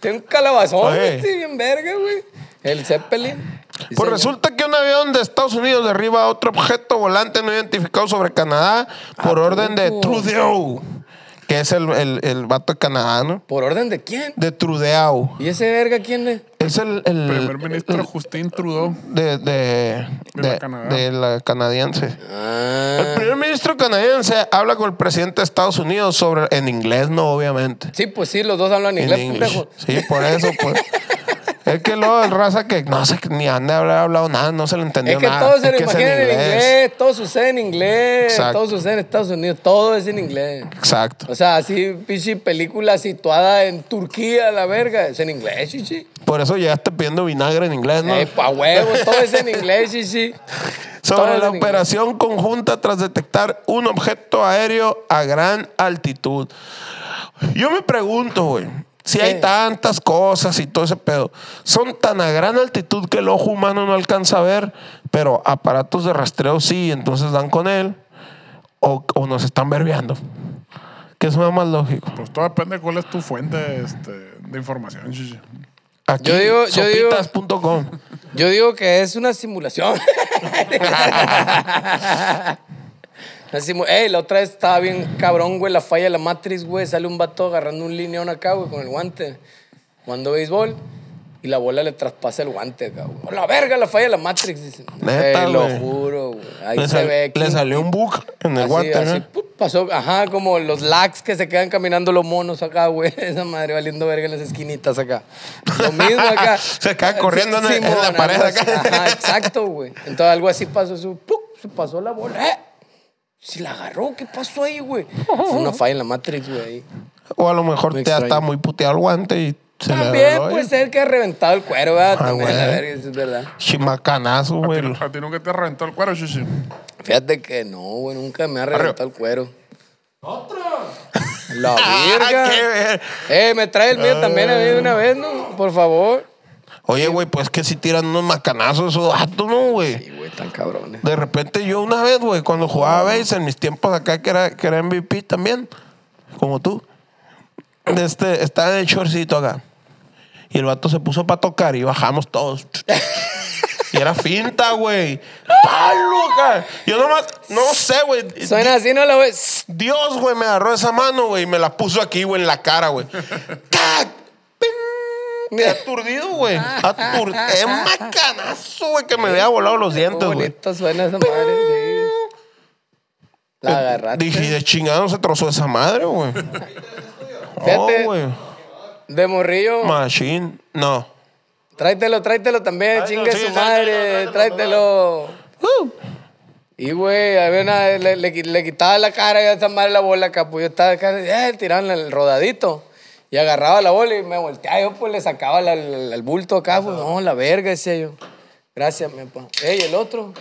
Speaker 1: Tiene [laughs] un calabazón,
Speaker 3: Oye.
Speaker 1: este, bien verga, güey. El Zeppelin. Sí,
Speaker 3: Pues
Speaker 1: señor.
Speaker 3: resulta que un avión de Estados Unidos derriba a otro objeto volante no identificado sobre Canadá por orden de
Speaker 1: poco?
Speaker 3: Trudeau, que es el, el, el vato de Canadá, ¿no?
Speaker 1: ¿Por orden de quién?
Speaker 3: De Trudeau.
Speaker 1: ¿Y ese verga quién es?
Speaker 3: Es el, el-
Speaker 2: Primer ministro Justin Trudeau.
Speaker 3: de, de,
Speaker 2: De
Speaker 3: de-
Speaker 2: la Canadá.
Speaker 3: de la canadiense. El
Speaker 1: Ah.
Speaker 3: primer ministro canadiense habla con el presidente de Estados Unidos sobre, en inglés, no, obviamente.
Speaker 1: Sí, pues sí, los dos hablan
Speaker 3: En
Speaker 1: inglés,
Speaker 3: inglés.
Speaker 1: pendejo.
Speaker 3: Sí, por eso, pues. Es que luego el raza que no sé ni han de haber hablado nada, no se le entendió
Speaker 1: Es que
Speaker 3: nada.
Speaker 1: todo se lo
Speaker 3: es
Speaker 1: imaginan en inglés. todo sucede en inglés,
Speaker 3: Exacto.
Speaker 1: todo sucede en Estados Unidos, todo es en inglés.
Speaker 3: Exacto.
Speaker 1: O sea, así, pichi, película situada en Turquía, la verga, es en inglés, chichi.
Speaker 3: Por eso llegaste pidiendo vinagre en inglés, ¿no?
Speaker 1: Eh, pa' huevo, todo es en inglés, chichi. todo
Speaker 3: Sobre
Speaker 1: es
Speaker 3: la
Speaker 1: en inglés.
Speaker 3: operación conjunta tras detectar un objeto aéreo a gran altitud. Yo me pregunto, güey, si
Speaker 1: ¿Qué?
Speaker 3: hay tantas cosas y todo ese pedo, son tan a gran altitud que el ojo humano no alcanza a ver, pero aparatos de rastreo sí, entonces dan con él, o, o nos están verbeando. Que es más lógico.
Speaker 2: Pues todo depende de cuál es tu fuente este, de información. chichi.
Speaker 3: Aquí,
Speaker 1: Yo digo- yo digo-
Speaker 3: sopitas.com.
Speaker 1: Yo digo que es
Speaker 3: [laughs]
Speaker 1: una simulación. Una simu- Ey, la otra vez estaba bien cabrón, güey, la falla de la Matrix, güey. Sale un vato agarrando un lineón acá, güey, con el guante. Jugando béisbol. Y la bola le traspasa el guante acá, güey. ¡A La verga, la falla de la Matrix, dice.
Speaker 3: Neta,
Speaker 1: Ey, lo
Speaker 3: güey.
Speaker 1: juro, güey. Ahí
Speaker 3: Le,
Speaker 1: se
Speaker 3: sal-
Speaker 1: ve.
Speaker 3: le
Speaker 1: clink,
Speaker 3: salió un bug en el
Speaker 1: así,
Speaker 3: guante, ¿no?
Speaker 1: así, ¡pup! pasó, ajá, como los lags que se quedan caminando los monos acá, güey. [laughs] Esa madre valiendo verga en las esquinitas acá.
Speaker 3: [laughs]
Speaker 1: Lo mismo acá.
Speaker 3: Se queda corriendo en el- en la
Speaker 1: Simón,
Speaker 3: pared
Speaker 1: algo así.
Speaker 3: acá.
Speaker 1: Ajá, exacto, güey. Entonces algo así pasó, su- ¡puc! se pasó la bola. ¡Eh! Si la agarró, ¿qué pasó ahí, güey? Fue una falla en la Matrix, güey. ahí.
Speaker 3: O a lo mejor
Speaker 1: Muy
Speaker 3: te
Speaker 1: extraño.
Speaker 3: está muy puteado el guante y se le
Speaker 1: También pues,
Speaker 3: doy.
Speaker 1: puede ser que ha reventado el cuero, ¿verdad?
Speaker 3: Ah,
Speaker 1: También, la
Speaker 3: güey.
Speaker 1: verga, eso es verdad.
Speaker 3: Chimacanazo,
Speaker 2: ¿A
Speaker 3: güey.
Speaker 2: ti- ¿A ti nunca te reventó el cuero, Shishi?
Speaker 1: Fíjate que no, güey, nunca me ha reventado el cuero. ¡Otra!
Speaker 3: [laughs]
Speaker 1: La verga.
Speaker 3: Ah, Qué ver-
Speaker 1: Eh, me trae el
Speaker 3: Ah.
Speaker 1: mío también a mí de una vez, ¿no? Por favor.
Speaker 3: Oye, güey, pues que si tiran unos macanazos esos datos, ¿no, güey?
Speaker 1: Y, güey, tan cabrones.
Speaker 3: De repente yo una vez, güey, cuando jugaba base en mis tiempos acá, que era, que era MVP también, como tú, este, estaba en el shortcito acá. Y el vato se puso para tocar y bajamos todos. y era finta, güey. ¡Palo, cara! Yo nomás, no sé, güey.
Speaker 1: Suena así, ¿no? La güey.
Speaker 3: Dios, güey, me agarró esa mano, güey, y me la puso aquí, güey, en la cara,
Speaker 1: [laughs]
Speaker 3: güey. ¡Tac! ¡Ping! Me aturdido, güey. Atur... Es macanazo, güey, que me había volado los
Speaker 1: Qué
Speaker 3: dientes, güey.
Speaker 1: bonito suena esa madre. sí. La agarraste.
Speaker 3: Eh, Dije, "¿Y de chingado se trozó esa madre, güey.
Speaker 1: [laughs] Fíjate.
Speaker 3: Oh, güey.
Speaker 1: De morrillo.
Speaker 3: Machine. No.
Speaker 1: Tráetelo, tráetelo también,
Speaker 3: Tráetelo,
Speaker 1: chingue
Speaker 3: sí,
Speaker 1: su madre.
Speaker 3: tráetelo, tráetelo,
Speaker 1: Tráetelo. Uh. Y, güey, había una, le, le, qui- le quitaba la cara y a esa madre la bola acá. Pues yo estaba acá, eh, tirando el rodadito. Y agarraba la bola y me volteaba. Yo, pues, le sacaba la- la- el bulto acá. Pues, no, la verga, decía yo. Gracias, mi papá. Ey, el otro.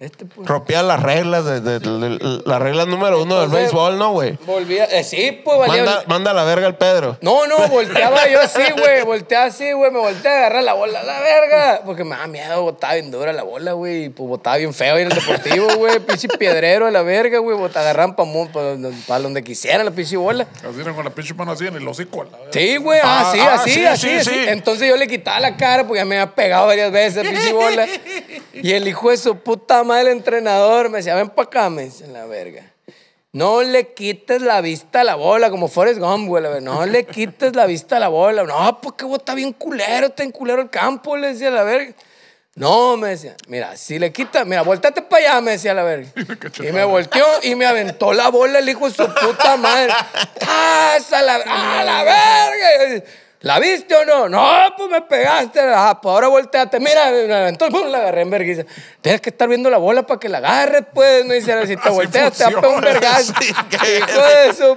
Speaker 1: Este, pues.
Speaker 3: Rompía las reglas, de, de- de- de- la regla número uno del
Speaker 1: Entonces,
Speaker 3: béisbol, ¿no, güey?
Speaker 1: Volvía. eh, sí, pues, valía.
Speaker 3: Manda, manda la verga al
Speaker 1: [laughs]
Speaker 3: Pedro.
Speaker 1: No, no, volteaba yo así, güey. Volteaba así, güey. Me volteé a agarrar la bola, la verga. Porque me daba miedo, botaba bien dura la bola, güey. y, Pues botaba bien feo ahí en el deportivo, güey. Pinche piedrero a la verga, güey. Bota, agarraban para donde quisieran la pinche bola.
Speaker 2: Así era con la pinche mano así en el hocico. a la verga.
Speaker 1: Sí, güey,
Speaker 3: Ah,
Speaker 1: así,
Speaker 3: ah,
Speaker 1: así,
Speaker 3: sí,
Speaker 1: así,
Speaker 3: sí,
Speaker 1: así.
Speaker 3: sí.
Speaker 1: Entonces yo le quitaba la cara porque ya me había pegado varias veces,
Speaker 3: [laughs]
Speaker 1: pinche bola. Y el hijo de su puta madre, el entrenador, me decía, ven para acá, me dice, la verga. No le quites la vista a la bola, como Forrest Gump, güey. la verga. No le quites la vista a la bola. No, porque vos está bien culero, está en culero el campo, le decía la verga. No, me decía, mira, si le quitas, mira, volteate para allá, me decía
Speaker 3: [laughs]
Speaker 1: la verga. Y me volteó y me aventó la bola el hijo de su puta madre. ¡Ah, esa la, ah, la verga! ¿La viste o no? No, pues me pegaste. Ah, pues ahora volteate. Mira, me aventó, pum, la agarré en vergüenza. Tienes que estar viendo la bola para que la agarres, pues. Me dice, si te
Speaker 2: Así
Speaker 1: volteas, te va a pegar un
Speaker 2: funciona,
Speaker 1: vergazo.
Speaker 3: sí,
Speaker 1: Hijo de su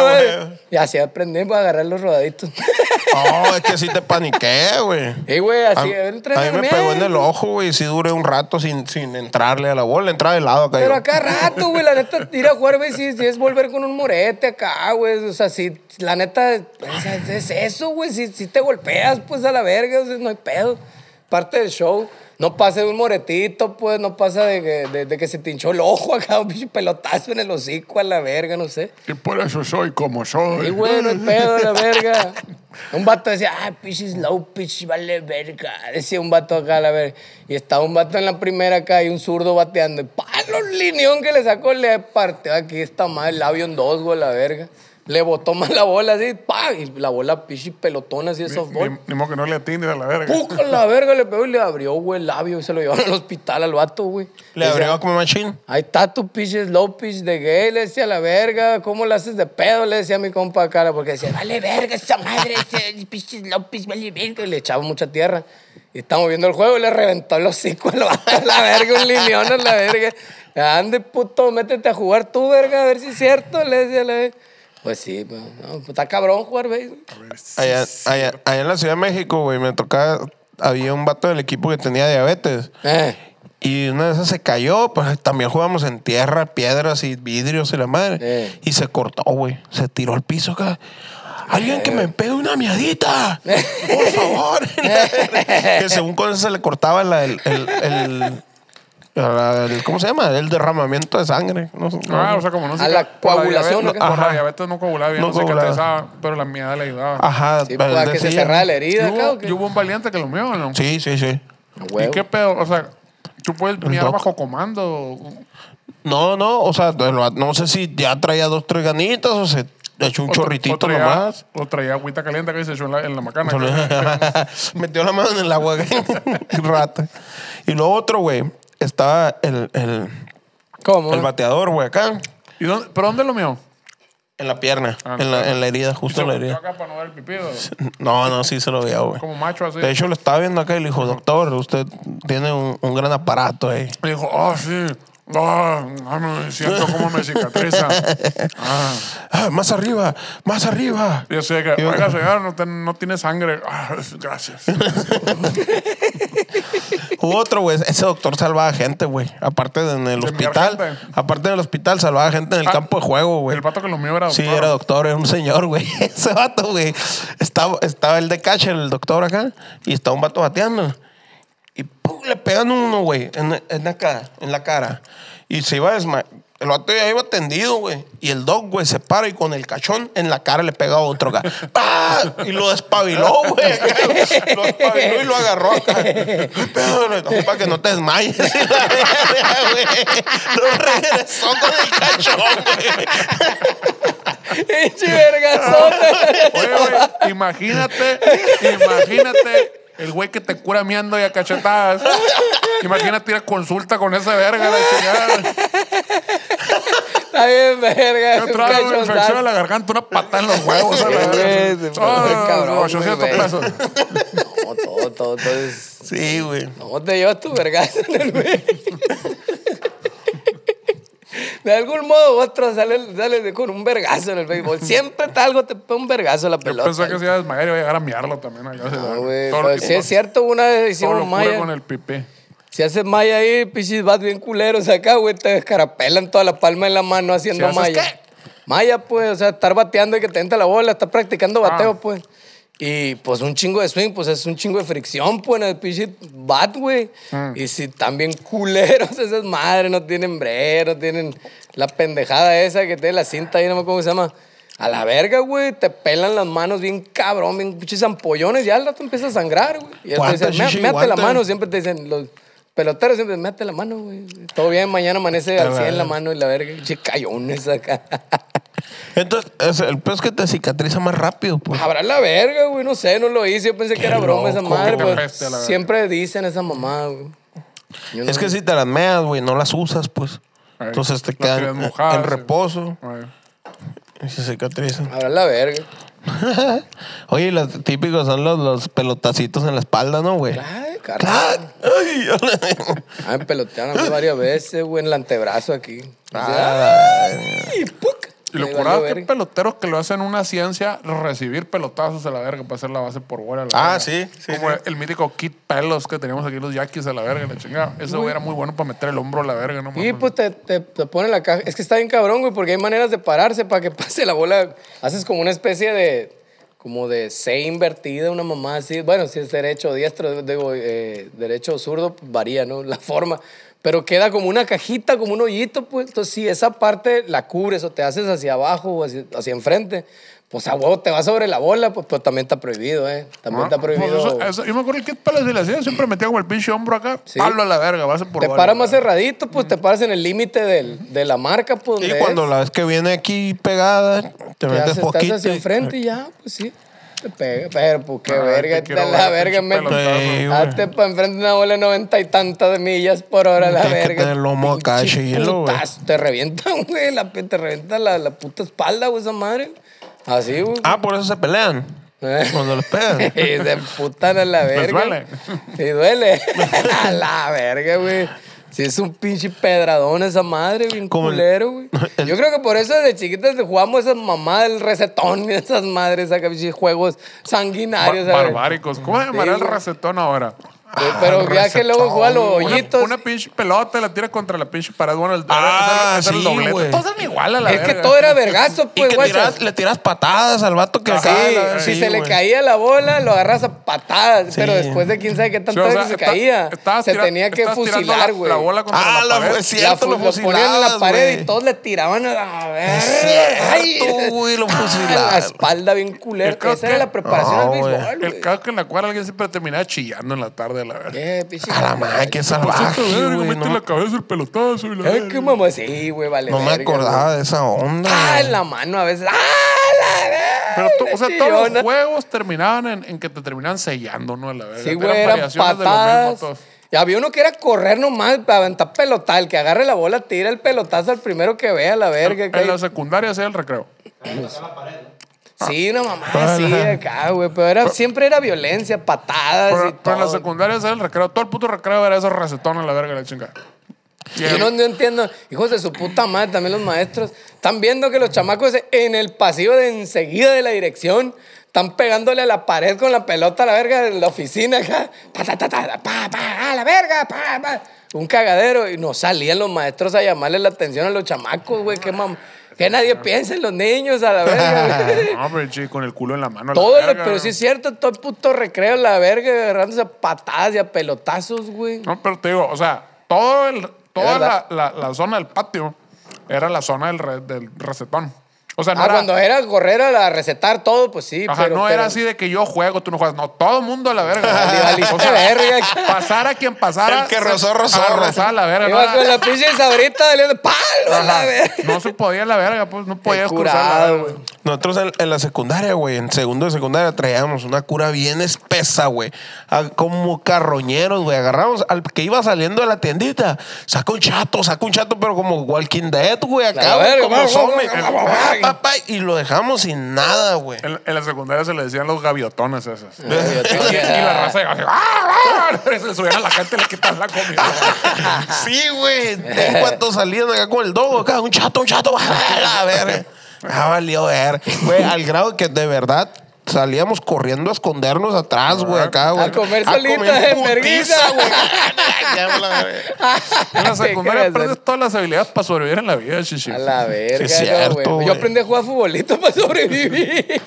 Speaker 3: [laughs] Ah,
Speaker 1: madre.
Speaker 3: bueno.
Speaker 1: Y así aprendí pues, a agarrar los rodaditos. [laughs]
Speaker 3: No, es que sí te paniqué, güey.
Speaker 1: Y güey, así,
Speaker 3: A,
Speaker 1: el
Speaker 3: a mí me pegó en el ojo, güey. Y sí duré un rato sin, sin entrarle a la bola. Entraba de lado acá.
Speaker 1: Pero
Speaker 3: yo.
Speaker 1: acá rato, güey, la neta, ir a jugar, güey, si, es volver con un morete acá, güey. O sea, si la neta, o sea, es eso, güey. Si, si te golpeas, pues a la verga, o sea, no hay pedo. Parte del show. No pasa de un moretito, pues, no pasa de que, de- de que se te hinchó el ojo acá, un pinche pelotazo en el hocico a la verga, no sé.
Speaker 2: Y por eso soy como soy. [laughs]
Speaker 1: Y bueno, el pedo, la verga. Un vato decía, ah, pitch is low pitch, vale verga. Decía un vato acá, la verga. Y estaba un vato en la primera acá y un zurdo bateando. Y palo, lineón que le sacó, le partió aquí esta madre, el labio en dos, güey, la verga. Le botó más la bola así, pa, y la bola pichi pelotona así de softball.
Speaker 2: Ni, ni modo que no le atines a la verga.
Speaker 1: ¡Puc! a la verga le pegó y le abrió, güey, el labio y se lo llevaron al hospital al vato, güey.
Speaker 3: Le abrió como machín.
Speaker 1: Ahí está tu pinche slow pitch de gay, le decía a la verga, ¿cómo le haces de pedo? Le decía a mi compa cara, porque decía, vale verga esa madre, ese pinche slow pitch, vale verga, y le echaba mucha tierra. Y estamos viendo el juego y le reventó el hocico a la, a la verga, un lineón a la verga. Ande, puto, métete a jugar tú, verga, a ver si es cierto, le decía a la verga. Pues sí, pues, no, pues, está cabrón jugar, ¿ves?
Speaker 3: Allá, allá- allá en la Ciudad de México, güey, me tocaba. Había un vato del equipo que tenía diabetes.
Speaker 1: Eh,
Speaker 3: Y una de esas se cayó, pues también jugamos en tierra, piedras y vidrios y la madre.
Speaker 1: Eh.
Speaker 3: Y se cortó, güey. Se tiró al piso acá. Alguien que me pegue una miadita.
Speaker 1: [laughs]
Speaker 3: Por favor. que según con eso se le cortaba la- el, el- el- la- el- ¿Cómo se llama? El derramamiento de sangre. No, sé, no-
Speaker 2: Ah, o sea, como no se
Speaker 1: A
Speaker 2: ca-
Speaker 1: la
Speaker 2: por
Speaker 1: coagulación,
Speaker 2: diabetes-
Speaker 1: ¿o qué?
Speaker 2: Por la
Speaker 3: Ajá.
Speaker 2: diabetes no coagulaba bien, no,
Speaker 3: No coagulaba.
Speaker 2: cicatrizaba, pero la mía le ayudaba.
Speaker 3: Ajá.
Speaker 1: sí,
Speaker 3: pero
Speaker 1: pues, a
Speaker 3: él
Speaker 1: que se
Speaker 3: decía-
Speaker 1: cerrara la herida,
Speaker 2: Y
Speaker 1: acá, ¿o
Speaker 2: hubo,
Speaker 1: qué?
Speaker 2: y hubo un valiente que lo mío, ¿no?
Speaker 3: Sí, sí, sí.
Speaker 1: A
Speaker 2: ¿Y
Speaker 1: huevo.
Speaker 2: qué pedo? O sea, tú puedes mirar
Speaker 3: doc.
Speaker 2: bajo comando. o-
Speaker 3: No, no, o sea, el vato- no sé si ya traía dos, tres ganitas o se echó un
Speaker 2: o tra-
Speaker 3: chorritito
Speaker 2: o traía-
Speaker 3: nomás.
Speaker 2: O traía agüita caliente que se echó en la, en la macana. [laughs]
Speaker 3: Metió la mano en el agua. [laughs] el rato. Y lo otro, güey, estaba el, el,
Speaker 1: ¿Cómo?
Speaker 2: [laughs]
Speaker 1: [laughs]
Speaker 3: el bateador, güey, acá.
Speaker 2: ¿Y dónde- ¿Pero dónde lo mío?
Speaker 3: En la pierna,
Speaker 2: Ah,
Speaker 3: en, la, en la herida, justo
Speaker 2: Se
Speaker 3: en la
Speaker 2: volteó
Speaker 3: herida.
Speaker 2: acá para no ver el pipí, o-
Speaker 3: No, no, sí se lo veía, güey.
Speaker 2: como macho así.
Speaker 3: De hecho, lo estaba viendo acá y le dijo, doctor, usted tiene un, un gran aparato ahí.
Speaker 2: Me dijo, ah, sí. Ah, ah, me siento como me
Speaker 3: [laughs]
Speaker 2: cicatriza. Ah.
Speaker 3: "Ah, más arriba,
Speaker 2: [laughs]
Speaker 3: más arriba.
Speaker 2: Yo sé que,
Speaker 3: Y-
Speaker 2: oiga, señor, no, ten- no tiene sangre. Ah, gracias.
Speaker 3: Hubo otro, güey. Ese doctor salvaba gente, güey. Aparte de en el
Speaker 2: De enviar
Speaker 3: hospital.
Speaker 2: gente.
Speaker 3: Aparte del hospital, salvaba gente en el
Speaker 2: Ah,
Speaker 3: campo de juego, güey.
Speaker 2: El vato que lo mío era
Speaker 3: Sí,
Speaker 2: doctor.
Speaker 3: era doctor, era un señor, güey. [laughs] Ese vato, güey. Estaba, estaba el de catcher, el doctor acá, y estaba un vato bateando. Y ¡pum! le pegan uno, güey, en, en acá, en la cara. Y se iba a desmayar. El vato ya iba tendido, güey. Y el dog, güey, se para y con el cachón en la cara le pega a otro acá. ¡Pah! Y lo despabiló, güey. acá. Lo despabiló y lo agarró acá. Ay, Pero le dijo, para que no te desmayes. [laughs] Y la verga, güey. Lo regresó con el cachón, güey.
Speaker 1: ¡Pinche vergazota!
Speaker 2: Oye, güey, imagínate, imagínate el güey que te cura miando y a cachetadas. Imagínate ir a consulta con esa verga. La chingada.
Speaker 1: Está bien, verga.
Speaker 2: Yo traigo una infección
Speaker 1: cachondazo.
Speaker 2: en la garganta, una patada en los huevos. a la
Speaker 1: Sí,
Speaker 2: verga.
Speaker 1: güey, se
Speaker 2: Ah,
Speaker 1: fue cabrón,
Speaker 2: 800
Speaker 1: güey,
Speaker 2: pesos.
Speaker 1: No, todo, todo, todo es...
Speaker 3: Sí, güey.
Speaker 1: No, te llevas tu vergazo en el medio. De algún modo u otro sale, sale con un vergazo en el béisbol. Siempre te- algo te pega un vergazo la
Speaker 2: Yo
Speaker 1: pelota.
Speaker 2: pensé que se iba a desmayar y iba a llegar a miarlo también. allá.
Speaker 1: No, güey,
Speaker 2: Todo
Speaker 1: pero
Speaker 2: lo-
Speaker 1: sí es cierto, una vez
Speaker 2: todo
Speaker 1: hicimos
Speaker 2: lo cura con
Speaker 1: maya.
Speaker 2: el pipí.
Speaker 1: Si haces maya ahí, pichis, vas bien culeros acá, güey, te descarapelan toda la palma en la mano haciendo
Speaker 2: haces
Speaker 1: maya.
Speaker 2: qué?
Speaker 1: Maya, pues, o sea, estar bateando y que te entra la bola, estar practicando bateo,
Speaker 2: Ah.
Speaker 1: pues. Y pues un chingo de swing, pues es un chingo de fricción, pues, en el pinche bat, güey.
Speaker 2: Ah.
Speaker 1: Y si también culeros [laughs] esas madres, no tienen bre, no tienen la pendejada esa que tiene la cinta ahí, no me acuerdo cómo se llama. A la verga, güey, te pelan las manos bien cabrón, bien pinches ampollones, ya al rato empieza a sangrar, güey. Y él te
Speaker 3: Guanta,
Speaker 1: dice, "Mé-
Speaker 3: chichi,
Speaker 1: méate la
Speaker 3: guanta".
Speaker 1: mano, siempre te dicen, los peloteros siempre, méate la mano, güey. Todo bien, mañana amanece al 100 la mano y la verga, che, callones acá. [laughs]
Speaker 3: Entonces, o sea, el peor es que te cicatriza más rápido, pues.
Speaker 1: Habrá la verga, güey, no sé, no lo hice, yo pensé que era broma esa
Speaker 3: loco,
Speaker 1: madre,
Speaker 2: que te
Speaker 1: pues,
Speaker 2: apeste la verga.
Speaker 1: siempre dicen esa mamada, güey. Yo no-
Speaker 3: Es que si te las meas, güey, no las usas, pues.
Speaker 2: Ay,
Speaker 3: Entonces te
Speaker 2: las
Speaker 3: quedan
Speaker 2: tienes
Speaker 3: en-
Speaker 2: mojadas,
Speaker 3: en
Speaker 2: sí.
Speaker 3: reposo
Speaker 2: Ay.
Speaker 3: y se cicatrizan. [laughs]
Speaker 1: Habrá la verga.
Speaker 3: Oye, y los típicos son los, los pelotacitos en la espalda, ¿no, güey?
Speaker 1: Ay,
Speaker 3: ¡Ah!
Speaker 1: carajo.
Speaker 3: Ay,
Speaker 1: Ah, me pelotearon a mí varias veces, güey, en el antebrazo aquí. Ah, ¡Ay! ¡Puc!
Speaker 2: Y lo
Speaker 1: Me
Speaker 2: curado
Speaker 1: valió
Speaker 2: es que hay
Speaker 1: verga.
Speaker 2: peloteros que lo hacen una ciencia recibir pelotazos a la verga para hacer la base por bola. a la
Speaker 3: Ah,
Speaker 2: verga.
Speaker 3: sí, sí,
Speaker 2: Como
Speaker 3: sí.
Speaker 2: el mítico Kit Pelos que teníamos aquí los Yaquis a la verga, la chingada. Ese güey era muy bueno para meter el hombro a la verga, no
Speaker 1: Y
Speaker 2: mames.
Speaker 1: pues te, te, te pone la caja. [laughs] Es que está bien cabrón, güey, porque hay maneras de pararse para que pase la bola. Haces como una especie de, como de C invertida, una mamá así. Bueno, si es derecho o diestro, digo, eh, derecho o zurdo, pues, varía, ¿no? La forma. Pero queda como una cajita, como un hoyito, pues. Entonces, si esa parte la cubres o te haces hacia abajo o hacia, hacia enfrente, pues a huevo te va sobre la bola, pues, pues también está prohibido, ¿eh? También está
Speaker 2: Pues
Speaker 1: prohibido.
Speaker 2: eso- eso- yo me acuerdo el kit palas de la ciudad siempre metía como el pinche hombro acá,
Speaker 1: Sí.
Speaker 2: palo a la verga, vas a por
Speaker 1: te
Speaker 2: bola,
Speaker 1: paras más
Speaker 2: güey.
Speaker 1: cerradito, pues te paras en el límite del- de la marca, pues.
Speaker 3: Y
Speaker 1: donde
Speaker 3: cuando
Speaker 1: es.
Speaker 3: la vez que viene aquí pegada, te metes
Speaker 1: te haces, te haces
Speaker 3: poquito.
Speaker 1: hacia
Speaker 3: y-
Speaker 1: enfrente y ya, pues sí. Te pega. Pero, pues qué verga,
Speaker 2: Ah, te
Speaker 1: está
Speaker 2: quiero
Speaker 1: la
Speaker 2: ver, pinche
Speaker 1: verga, me.
Speaker 2: pelotazo.
Speaker 3: Sí, güey.
Speaker 1: Hazte para enfrente una bola de noventa y tantas de millas por hora, la
Speaker 3: Tienes que
Speaker 1: verga.
Speaker 3: tener lomo acá,
Speaker 1: Pinche
Speaker 3: chilo, güey.
Speaker 1: putazo, Te revientan, [laughs] güey, la, pe- te revienta la, la puta espalda, güey, esa madre. Así, güey.
Speaker 3: Ah, por eso se pelean.
Speaker 1: Eh.
Speaker 3: Cuando les pegan.
Speaker 1: [laughs] Y se emputan a la verga.
Speaker 2: duele.
Speaker 1: Sí, duele. [laughs] a la verga, güey. Si es un pinche pedradón esa madre, bien
Speaker 3: Como el-
Speaker 1: culero,
Speaker 2: [laughs]
Speaker 1: güey. Yo creo que por eso de chiquitas jugamos esas mamadas del recetón [laughs] y esas madres, acá pinches juegos
Speaker 2: Ba-
Speaker 1: sanguinarios. ¿sabes?
Speaker 2: Barbáricos. ¿Cómo se llamará el
Speaker 1: güey.
Speaker 2: recetón ahora?
Speaker 1: Sí, Pero ya que luego juega a los
Speaker 2: Una,
Speaker 1: hoyitos.
Speaker 2: una pinche pelota la tira contra la pinche pared. Bueno, el,
Speaker 3: Ah,
Speaker 2: ese era- ese era
Speaker 3: sí,
Speaker 2: el doblete.
Speaker 3: güey.
Speaker 2: Todos eran igual a la
Speaker 1: es que
Speaker 2: verga.
Speaker 1: todo era
Speaker 2: [laughs]
Speaker 1: vergazo,
Speaker 3: y
Speaker 1: pues,
Speaker 3: que
Speaker 1: guachas.
Speaker 3: tiras- le tiras patadas al vato que
Speaker 2: Ajá,
Speaker 3: cae, la
Speaker 2: la-
Speaker 3: verga.
Speaker 1: si
Speaker 2: sí,
Speaker 1: se le
Speaker 3: güey.
Speaker 1: caía la bola, lo agarras a patadas. Pero
Speaker 3: Sí.
Speaker 1: después de quién sabe qué
Speaker 2: Sí,
Speaker 1: tantas
Speaker 2: o sea,
Speaker 1: veces se
Speaker 2: está-
Speaker 1: caía,
Speaker 2: estabas
Speaker 1: se
Speaker 2: tira-
Speaker 1: tenía que
Speaker 2: estabas tirando
Speaker 1: fusilar,
Speaker 2: la-
Speaker 1: güey.
Speaker 2: La bola contra
Speaker 3: Ah,
Speaker 2: la
Speaker 3: la
Speaker 2: pared.
Speaker 3: fue cierto,
Speaker 1: La
Speaker 3: lo
Speaker 1: fu- lo ponían en la
Speaker 3: fusilabas,
Speaker 1: pared
Speaker 3: güey.
Speaker 1: y todos le tiraban a la
Speaker 3: cierto,
Speaker 1: verga. Ay, [laughs]
Speaker 3: güey, lo
Speaker 1: ah,
Speaker 3: fusilaban.
Speaker 1: La espalda bien culera.
Speaker 2: Yo creo
Speaker 1: Esa era
Speaker 2: que-
Speaker 1: la preparación
Speaker 3: No,
Speaker 1: al
Speaker 3: güey.
Speaker 1: béisbol, güey.
Speaker 2: El caso que en la cual alguien siempre terminaba chillando en la tarde, la Pues, verdad.
Speaker 1: Eh, pinche
Speaker 3: A la madre, qué salvaje,
Speaker 2: Pasaste verga,
Speaker 3: güey.
Speaker 2: mete
Speaker 3: No,
Speaker 2: la cabeza el pelotazo y la
Speaker 1: Ay,
Speaker 2: verga.
Speaker 1: qué mamá. Sí, güey, vale.
Speaker 3: no me
Speaker 1: verga,
Speaker 3: acordaba
Speaker 1: güey.
Speaker 3: de esa onda.
Speaker 1: Ah,
Speaker 3: güey.
Speaker 1: en la mano a veces. Ah, la verga.
Speaker 2: Pero, to- o sea, todos
Speaker 1: chillona.
Speaker 2: los juegos terminaban en, en que te terminaban sellando, ¿no? La verga.
Speaker 1: Sí,
Speaker 2: Eran
Speaker 1: güey, eran
Speaker 2: variaciones de lo mismo
Speaker 1: patadas.
Speaker 2: todos.
Speaker 1: Y había uno que era correr nomás para aventar pelota. El que agarre la bola, tira el pelotazo al primero que vea, la verga. que-
Speaker 2: En la secundaria hacía el recreo. Ah.
Speaker 1: Sí, una mamá así de acá, güey. Pero era, siempre era violencia, patadas y
Speaker 2: Pero, pero en la
Speaker 1: todo.
Speaker 2: secundaria hacía el recreo. Todo el puto recreo era esos recetones, la verga, la chingada. Y
Speaker 1: Yo no, no entiendo, hijos de su puta madre, también los maestros, están viendo que los chamacos en el pasillo de enseguida de la dirección están pegándole a la pared con la pelota a la verga en la oficina acá. Pa, ta, ta, ta, pa, pa, a la verga, pa, pa. Un cagadero. Y no salían los maestros a llamarle la atención a los chamacos, güey. Qué mam- Que nadie piensa en los niños a
Speaker 2: [laughs]
Speaker 1: la verga, güey.
Speaker 2: No, pero che, con el culo en la mano.
Speaker 1: Todo,
Speaker 2: la
Speaker 1: lo-
Speaker 2: verga,
Speaker 1: pero sí es cierto, todo el puto recreo, la verga, agarrándose a patadas y a pelotazos, güey.
Speaker 2: No, pero te digo, o sea, todo el, toda la,
Speaker 1: verdad.
Speaker 2: la- la zona del patio era la zona del, re- del recetón. O sea, no
Speaker 1: Ah,
Speaker 2: era,
Speaker 1: cuando era correr a la- recetar todo, pues sí.
Speaker 2: ajá,
Speaker 1: pero,
Speaker 2: no
Speaker 1: pero-
Speaker 2: era así de que yo juego, tú no juegas. No, todo el mundo a la verga.
Speaker 1: [laughs] Vale, vale,
Speaker 2: O
Speaker 1: qué verga.
Speaker 2: pasara quien pasara.
Speaker 3: El que
Speaker 2: se-
Speaker 3: rozó, rozó.
Speaker 2: a rozar la verga.
Speaker 1: Iba
Speaker 2: No,
Speaker 1: con
Speaker 2: era-
Speaker 1: la pinche sabrita doliendo palo a la
Speaker 2: ajá,
Speaker 1: verga.
Speaker 2: no se podía la verga, pues no podías cruzar la
Speaker 1: curado,
Speaker 2: verga.
Speaker 1: güey.
Speaker 3: Nosotros en, en la secundaria, güey, en segundo de secundaria traíamos una cura bien espesa, güey. Ah, Como carroñeros, güey. Agarramos al que iba saliendo de la tiendita. Saca un chato, saca un chato, pero como Walking Dead, güey. Acá,
Speaker 1: La
Speaker 3: güey,
Speaker 1: verga,
Speaker 3: como
Speaker 1: vamos,
Speaker 3: zombie.
Speaker 1: vamos, vamos,
Speaker 3: Ah,
Speaker 1: vamos.
Speaker 3: papá, y lo dejamos sin nada, güey.
Speaker 2: En, en la secundaria se le decían los gaviotones
Speaker 1: [laughs]
Speaker 2: esas. y, y la
Speaker 1: Gaviota.
Speaker 2: raza iba así, ¡Ah, [laughs] ah! se subían a la gente y le quitaban la comida.
Speaker 3: Sí, güey. En cuanto salían acá con el dogo, acá, un chato, un chato, [laughs] a ver. Ah, valió ver. Güey, al grado que de verdad salíamos corriendo a escondernos atrás, güey, acá, güey.
Speaker 1: A comer eh,
Speaker 3: solita
Speaker 1: solitas en vergüenza.
Speaker 3: [laughs]
Speaker 1: [laughs]
Speaker 2: En la
Speaker 1: Te
Speaker 2: secundaria
Speaker 1: creas,
Speaker 2: aprendes todas las habilidades para sobrevivir en la vida, chichi. [laughs]
Speaker 1: A la verga,
Speaker 3: Sí, es cierto,
Speaker 1: no, güey.
Speaker 3: güey.
Speaker 1: Yo aprendí a jugar futbolito [laughs] para sobrevivir.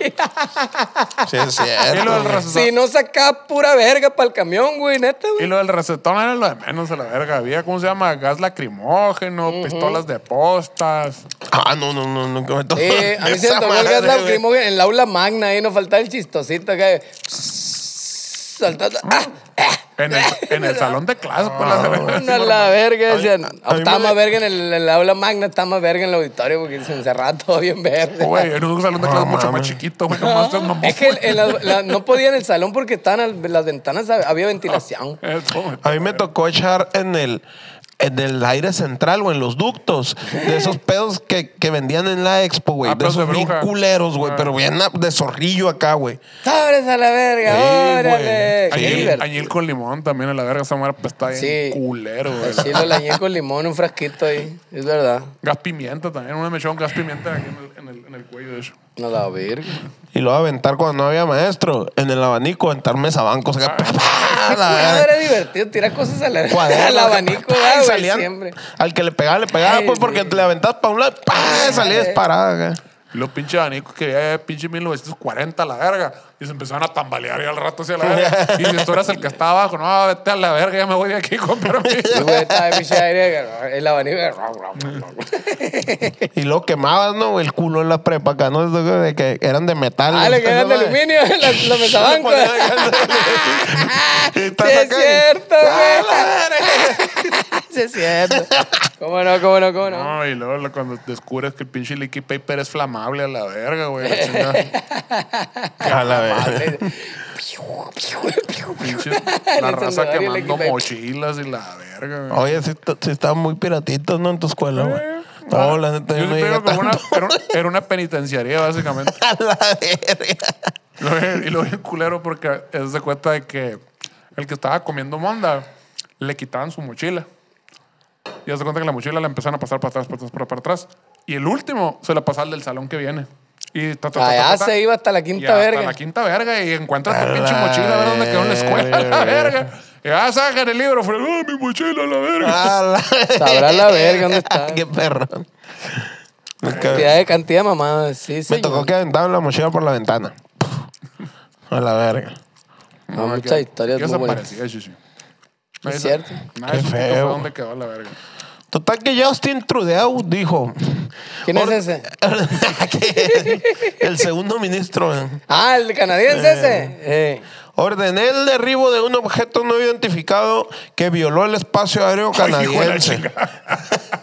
Speaker 3: Sí, es
Speaker 2: Y lo del
Speaker 3: cierto.
Speaker 2: recetón,
Speaker 1: si no sacaba pura verga para el camión, güey, neta,
Speaker 2: y
Speaker 1: güey.
Speaker 2: lo del recetón era lo de menos a la verga. Había, ¿cómo se llama? Gas lacrimógeno, pistolas de postas.
Speaker 3: Ah, no, no, no, nunca me tocó.
Speaker 1: Eh, a mí se me
Speaker 3: esa
Speaker 1: tocó el
Speaker 3: madre,
Speaker 1: gas
Speaker 3: güey.
Speaker 1: lacrimógeno en la aula magna, ahí nos faltaba el chistosito acá.
Speaker 2: [laughs]
Speaker 1: de- Saltando. Ah, ah.
Speaker 2: En
Speaker 1: [laughs]
Speaker 2: el, en el salón de clases, pues, la verga.
Speaker 1: Una la verga, decían.
Speaker 3: a mí
Speaker 1: Estaba
Speaker 3: me-
Speaker 1: más verga en el, en la aula magna, estaba más verga en el auditorio porque se encerraba todo bien verde.
Speaker 2: Güey, en un salón de clases mucho más chiquito, güey. Nomás te
Speaker 1: [laughs]
Speaker 2: mamó.
Speaker 1: Es que el- el- la- la- no podía en el salón porque estaban al- las ventanas, hab- había ventilación.
Speaker 2: Eso.
Speaker 3: A mí me tocó echar en el, en el aire central o en los ductos de
Speaker 1: [laughs]
Speaker 3: esos pedos que, que vendían en la expo, güey.
Speaker 2: Ah,
Speaker 3: de
Speaker 2: pedos de
Speaker 3: esos bien
Speaker 2: bruja.
Speaker 3: culeros,
Speaker 1: Ah.
Speaker 3: güey, pero bien a- de zorrillo acá, güey.
Speaker 1: ¡Sabres a la verga!
Speaker 3: Sí,
Speaker 1: ¡Órale!
Speaker 3: güey.
Speaker 1: Qué
Speaker 2: Añil,
Speaker 1: divertido.
Speaker 2: añil con limón también, a la verga, esa madre pues, está bien
Speaker 1: Sí.
Speaker 2: culero, güey.
Speaker 1: El chilo la añil con limón, un frasquito ahí. Es verdad.
Speaker 2: Gas pimienta también, una me echó un gas pimienta aquí en el, en el, en el cuello, de hecho.
Speaker 1: No la verga.
Speaker 3: Y luego aventar cuando no había maestro, en el abanico, aventar mesabancos. Acá,
Speaker 1: [laughs]
Speaker 3: pa, pa, la
Speaker 1: Ah. Cuidado,
Speaker 3: verga.
Speaker 1: era divertido tirar cosas al, [laughs]
Speaker 3: Cuadernos, [laughs]
Speaker 1: al abanico,
Speaker 3: pa, pa,
Speaker 1: ¿verdad,
Speaker 3: y
Speaker 1: güey,
Speaker 3: salían-
Speaker 1: siempre.
Speaker 3: Al que le pegaba, le pegaba,
Speaker 1: Ay,
Speaker 3: pues porque
Speaker 1: güey.
Speaker 3: le aventabas para un lado, pa, salía disparada. acá.
Speaker 2: Y los pinches abanicos que ya era pinche 1940 a la verga. Y se empezaron a tambalear y al rato hacia la verga.
Speaker 3: [laughs]
Speaker 2: Y si tú eras el que estaba abajo, no, vete a la verga, ya me voy de aquí [laughs] con
Speaker 1: Y,
Speaker 2: permiso.
Speaker 1: güey, estaba el pinche aire, el abanico.
Speaker 3: [laughs] Y lo quemabas, ¿no? El culo en la prepa acá, ¿no? Eso De que eran de metal.
Speaker 1: Ah, le quedan de
Speaker 3: ¿no?
Speaker 1: aluminio [laughs] en la,
Speaker 3: [laughs]
Speaker 1: la mesabanco. [laughs]
Speaker 3: Y estás
Speaker 1: Sí es
Speaker 3: acá y-
Speaker 1: cierto,
Speaker 3: ¡Ah,
Speaker 1: güey.
Speaker 3: la verga!
Speaker 1: [laughs] Sí es cierto. ¿Cómo no, cómo no, cómo no?
Speaker 2: No, y luego lo- cuando descubres que el pinche leaky paper es flamable a la verga, güey. la
Speaker 3: [laughs]
Speaker 2: chingada.
Speaker 3: A la verga. [laughs]
Speaker 2: Pinche,
Speaker 1: El
Speaker 2: la raza
Speaker 1: encendedor y el
Speaker 2: quemando
Speaker 1: Leaky Paper.
Speaker 2: mochilas y la verga, güey.
Speaker 3: Oye, sí, está- sí estaban muy piratitos, ¿no? En tu escuela, güey.
Speaker 1: Eh,
Speaker 3: No, la neta, yo
Speaker 2: Yo
Speaker 3: no
Speaker 2: sí
Speaker 3: llegué
Speaker 2: digo que una-
Speaker 3: tanto.
Speaker 2: era, una, era una penitenciaría, básicamente.
Speaker 3: A la verga.
Speaker 2: Lo- y lo bien culero porque es de cuenta de que el que estaba comiendo monda le quitaban su mochila. Y hace cuenta que la mochila la empezaron a pasar para atrás, para atrás, para, para atrás. Y el último se la pasa al del salón que viene. Y ta, ta, ta, ta,
Speaker 1: Allá
Speaker 2: ta, ta.
Speaker 1: se iba hasta la
Speaker 2: Y
Speaker 1: quinta
Speaker 2: hasta
Speaker 1: verga.
Speaker 2: la quinta verga y encuentra tu pinche
Speaker 3: la
Speaker 2: mochila, a ver dónde quedó en la escuela, la verga. Y ah, sacan el libro, fue, ah, mi mochila, la
Speaker 1: Ah,
Speaker 2: verga.
Speaker 3: [laughs] A la
Speaker 1: Sabrá la verga dónde está.
Speaker 3: [laughs] Qué perro. Es que
Speaker 1: Cantidad de cantidad de mamadas. Sí,
Speaker 3: me
Speaker 1: señor.
Speaker 3: tocó que aventaban la mochila por la ventana. A la verga.
Speaker 1: No, muchas historias
Speaker 2: Ya
Speaker 1: muy bonitas.
Speaker 2: desaparecía, Shishi.
Speaker 1: Es cierto.
Speaker 2: Nadie
Speaker 3: Qué
Speaker 2: supo fue
Speaker 3: feo.
Speaker 2: dónde quedó la verga.
Speaker 3: Total que Justin Trudeau dijo.
Speaker 1: ¿Quién
Speaker 3: [laughs]
Speaker 1: es ese?
Speaker 3: que el segundo ministro. eh,
Speaker 1: Ah, el canadiense ese. Eh.
Speaker 3: Ordené el derribo de un objeto no identificado que violó el espacio aéreo canadiense. [laughs]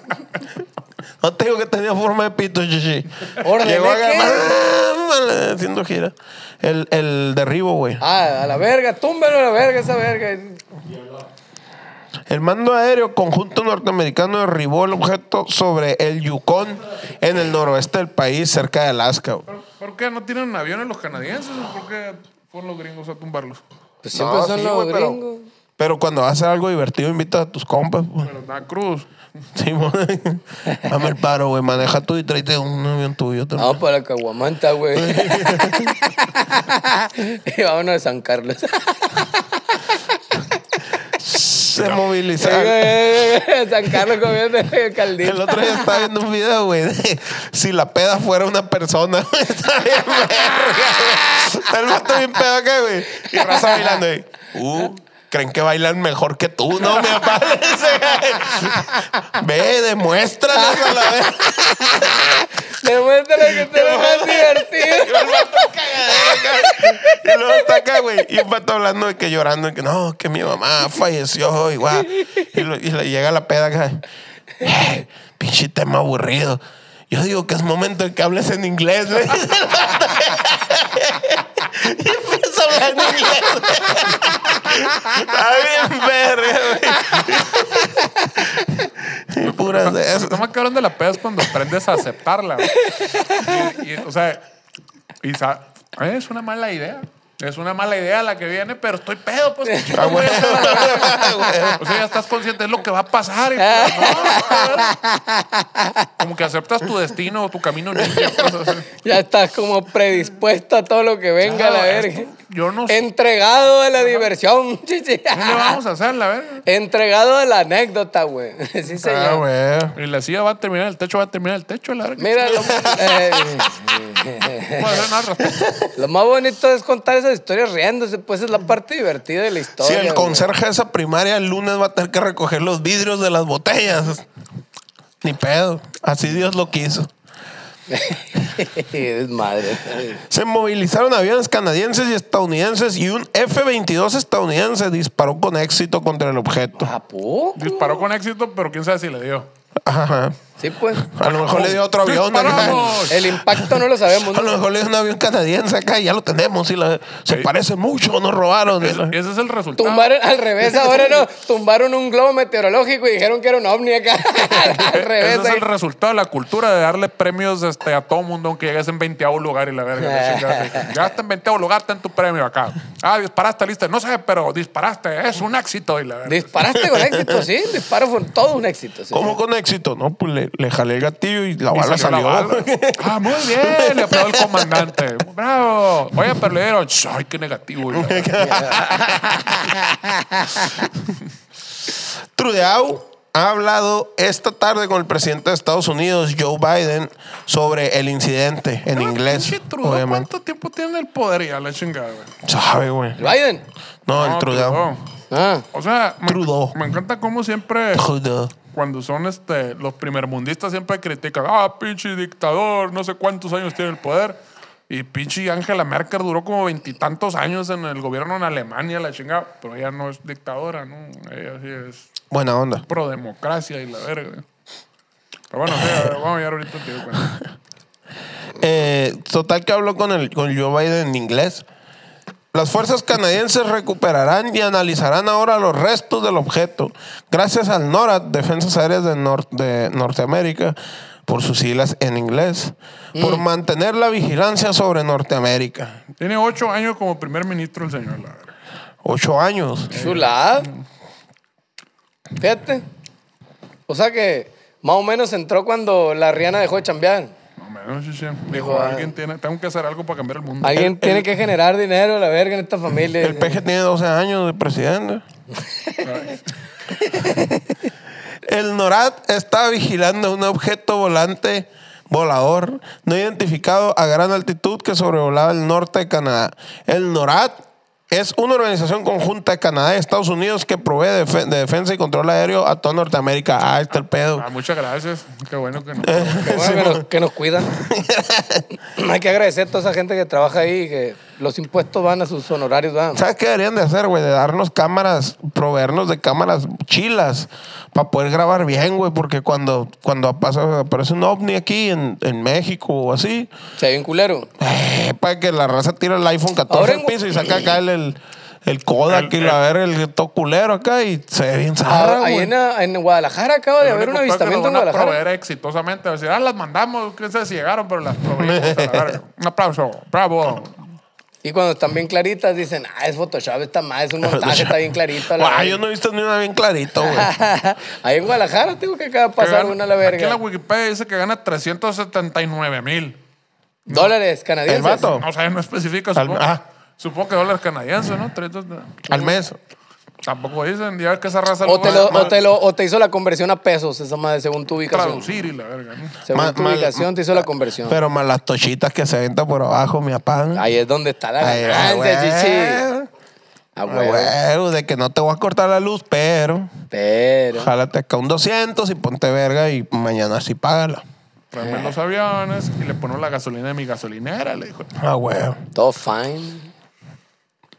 Speaker 3: no te digo que tenía forma de pito, chichi.
Speaker 1: Ordené
Speaker 3: Llegó a
Speaker 1: que-
Speaker 3: agarrar- haciendo gira. El, el derribo, güey.
Speaker 1: Ah, a la verga, túmbelo a la verga esa verga.
Speaker 3: El mando aéreo conjunto norteamericano derribó el objeto sobre el Yukon en el noroeste del país, cerca de Alaska. güey.
Speaker 2: ¿Por qué no tienen aviones los canadienses? ¿O ¿Por qué fueron los gringos a tumbarlos?
Speaker 1: Pues siempre
Speaker 3: No,
Speaker 1: son
Speaker 3: sí,
Speaker 1: los
Speaker 3: güey, pero-
Speaker 1: gringos.
Speaker 3: Pero, cuando vas a hacer algo divertido, invitas a tus compas. güey.
Speaker 2: Pero nada, Cruz.
Speaker 3: Sí, mo- Dame el paro, güey. Maneja tú y tráete un avión tuyo. también.
Speaker 1: Vamos para
Speaker 3: [laughs]
Speaker 1: Caguamanta, güey. [laughs] y vámonos a San Carlos.
Speaker 3: Se movilizaron.
Speaker 1: San Carlos comiendo caldito.
Speaker 3: El otro día estaba viendo un video, güey, de si la peda fuera una persona. [laughs] Está bien, verga, güey. Está el vato bien pedo acá, güey. Y raza bailando, güey. Uh, creen que bailan mejor que tú, ¿no? Me aparece, güey. Ve, demuéstranos a la vez.
Speaker 1: Demuéstrale que te lo más divertido.
Speaker 3: El vato cagadero acá. Y luego está acá, güey. Y un vato hablando de que llorando, de que no, que mi mamá falleció, igual. Y, lo- y le llega la peda acá. "Eh, pinche tema aburrido. Yo digo que es momento de que hables en inglés, le dice el vato. [laughs] Y empieza a hablar en inglés. Está bien, verga, güey. Y puras de esas.
Speaker 2: Lo más cabrón de la peda es cuando aprendes a aceptarla. güey. Y, y, o sea, y sa- eh, es una mala idea. Es una mala idea la que viene, pero estoy pedo, pues. ¿qué chingados voy a hacer a la verga? o sea, ya estás consciente, es lo que va a pasar. y, pues, no, como que aceptas tu destino o tu camino ninja. pues, o sea.
Speaker 1: Ya estás como predispuesto a todo lo que venga a la
Speaker 2: Claro,
Speaker 1: verga.
Speaker 2: esto- yo no sé.
Speaker 1: Entregado a la diversión, chichi.
Speaker 2: ¿Qué le vamos a hacer, la verga?
Speaker 1: Entregado a la anécdota, güey. [laughs] Sí, señor.
Speaker 3: Ah, güey.
Speaker 2: Y la silla va a terminar, el techo va a terminar el techo, la verga.
Speaker 1: Mira, lo, eh,
Speaker 2: No puedo hacer nada al respecto.
Speaker 1: lo más bonito es contar esas historias riéndose, pues es la parte divertida de la
Speaker 3: Si
Speaker 1: historia.
Speaker 3: el
Speaker 1: güey. [laughs]
Speaker 3: conserje de esa primaria el lunes va a tener que recoger los vidrios de las botellas. Ni pedo. Así Dios lo quiso.
Speaker 1: es madre.
Speaker 3: Se movilizaron aviones canadienses y estadounidenses y un F-22 estadounidense disparó con éxito contra el objeto.
Speaker 1: ¿A poco?
Speaker 2: Disparó con éxito, pero quién sabe si le dio.
Speaker 3: Ajá.
Speaker 1: Sí, pues.
Speaker 3: A lo mejor le dio otro avión.
Speaker 2: ¡Disparamos!
Speaker 1: El impacto no lo sabemos.
Speaker 3: A
Speaker 1: ¿no?
Speaker 3: lo mejor le dio un avión canadiense acá y ya lo tenemos. Y la- se parece mucho, nos robaron.
Speaker 2: Ese, ese es el resultado.
Speaker 1: Tumbaron al revés ahora, ¿no? Tumbaron un globo meteorológico y dijeron que era un ovni acá. [laughs] al revés.
Speaker 2: E-, Ese es el
Speaker 1: ahí.
Speaker 2: resultado de la cultura de darle premios este, a todo mundo aunque llegues en 20 lugar y la verga. la chingada. Llegaste en 20 lugar, ten tu premio acá. Ah, disparaste, listo. No sé, pero disparaste. Es un éxito y la verga.
Speaker 1: Disparaste con éxito, sí. Disparo fue todo un éxito. Sí.
Speaker 3: ¿Cómo con éxito? No, pues le, le jalé el gatillo y la
Speaker 2: Y
Speaker 3: bala
Speaker 2: salió
Speaker 3: salió.
Speaker 2: la bala. Ah, muy bien. Le aplaudió el comandante. Bravo. Oye, pero le dieron. "Ch, Ay, qué negativo. y la verga.
Speaker 3: Trudeau ha hablado esta tarde con el presidente de Estados Unidos, Joe Biden, sobre el incidente en inglés.
Speaker 2: Ah, Pinche Trudeau, pues.
Speaker 3: obviamente.
Speaker 2: ¿Cuánto tiempo tiene en el poder ya la chingada, güey?
Speaker 3: Sabe, güey.
Speaker 1: Biden.
Speaker 3: No, el
Speaker 2: No,
Speaker 3: Trudeau.
Speaker 1: Ah.
Speaker 2: O sea, me,
Speaker 3: Trudeau.
Speaker 2: me encanta cómo siempre
Speaker 3: Trudeau.
Speaker 2: cuando son este los primermundistas siempre critican, ah, pinche dictador, no sé cuántos años tiene el poder. Y pinche Angela Merkel duró como veintitantos años en el gobierno en Alemania, la chingada. Pero ella no es dictadora, ¿no? Ella sí es
Speaker 3: Buena onda.
Speaker 2: pro democracia y la verga. Pero bueno, sí, a ver, vamos a ver ahorita, pues. te digo cuenta.
Speaker 3: Eh, total que habló con, el, con Joe Biden en inglés. Las fuerzas canadienses recuperarán y analizarán ahora los restos del objeto. Gracias al NORAD, Defensas Aéreas de, Nor- de Norteamérica, por sus siglas en inglés, por
Speaker 2: Mm.
Speaker 3: mantener la vigilancia sobre Norteamérica.
Speaker 2: Tiene ocho años como primer ministro el señor, la verga.
Speaker 3: Ocho años.
Speaker 1: Chulada. Fíjate. O sea que más o menos entró cuando la Rihanna dejó de chambear.
Speaker 2: No, menos, sí, sí. Dijo,
Speaker 1: ah.
Speaker 2: alguien tiene, tengo que hacer algo para cambiar el mundo.
Speaker 1: Alguien tiene que generar dinero, la verga, en esta familia.
Speaker 3: El PG tiene 12 años de presidente. El NORAD está vigilando un objeto volante volador no identificado a gran altitud que sobrevolaba el norte de Canadá. El NORAD es una organización conjunta de Canadá y Estados Unidos que provee defe- de defensa y control aéreo a toda Norteamérica. Ah, está el pedo.
Speaker 2: Ah, muchas gracias. Qué bueno que no.
Speaker 1: Qué bueno que, nos, que nos cuidan. Hay que agradecer a toda esa gente que trabaja ahí, que los impuestos van a sus honorarios, van.
Speaker 3: ¿Sabes qué deberían de hacer, güey? De darnos cámaras, proveernos de cámaras chilas para poder grabar bien, güey. Porque cuando, cuando pasa, aparece un ovni aquí en, en México o así,
Speaker 1: Se ve un culero.
Speaker 3: para que la raza tira el iPhone 14
Speaker 1: Ahora
Speaker 3: al
Speaker 1: en-
Speaker 3: piso y saca acá el, el, el Kodak
Speaker 2: El-
Speaker 3: y la verga, el to culero acá y se ve bien zarra,
Speaker 1: Ah, ahí
Speaker 3: güey.
Speaker 1: en, en Guadalajara acaba de
Speaker 2: Lo
Speaker 1: haber un
Speaker 2: único peor es que
Speaker 1: avistamiento en
Speaker 2: las van a
Speaker 1: Guadalajara.
Speaker 2: proveer exitosamente. Va a decir, ah, las mandamos, que sé si llegaron, pero las proveemos. a la verga". Un aplauso,
Speaker 1: [laughs]
Speaker 2: bravo.
Speaker 1: Y cuando están bien claritas dicen, ah, es Photoshop, está mal, es un montaje, está bien clarito. la
Speaker 3: Guau,
Speaker 1: verga".
Speaker 3: yo no he visto ni una bien clarito, güey.
Speaker 1: [laughs] Ahí en Guadalajara tengo que acá pasar
Speaker 2: Que
Speaker 1: una a la
Speaker 2: gana- Aquí en la
Speaker 1: verga.
Speaker 2: Wikipedia dice que gana 379 mil.
Speaker 1: Dólares canadienses.
Speaker 3: El vato.
Speaker 2: O sea, no especifica,
Speaker 3: Al-
Speaker 2: supongo.
Speaker 3: ah.
Speaker 2: Supongo que dólares canadienses, ¿no? 300.
Speaker 3: Al mes.
Speaker 2: Tampoco dicen, ya ves que esa raza
Speaker 1: O
Speaker 2: luego
Speaker 1: te,
Speaker 2: va
Speaker 1: lo,
Speaker 2: a
Speaker 1: o, te lo- o te hizo la conversión a pesos, esa madre, según tu ubicación.
Speaker 2: traducir y la verga. ¿no?
Speaker 1: Según
Speaker 3: Ma-
Speaker 1: tu
Speaker 3: ma-
Speaker 1: ubicación, te hizo la conversión.
Speaker 3: Pero más las tochitas que se aventan por abajo, mi apán.
Speaker 1: Ahí es donde está la
Speaker 3: Ay, ah,
Speaker 1: ganancia, chichi.
Speaker 3: güey.
Speaker 1: Ah,
Speaker 3: Ah,
Speaker 1: huevo.
Speaker 3: güey, de que no te voy a cortar la luz, pero
Speaker 1: Pero.
Speaker 3: jálate acá un 200 y ponte verga y mañana sí págala.
Speaker 2: Tráeme los aviones y le ponemos la gasolina de mi gasolinera, le dijo.
Speaker 3: Ah, güey.
Speaker 1: Todo fine.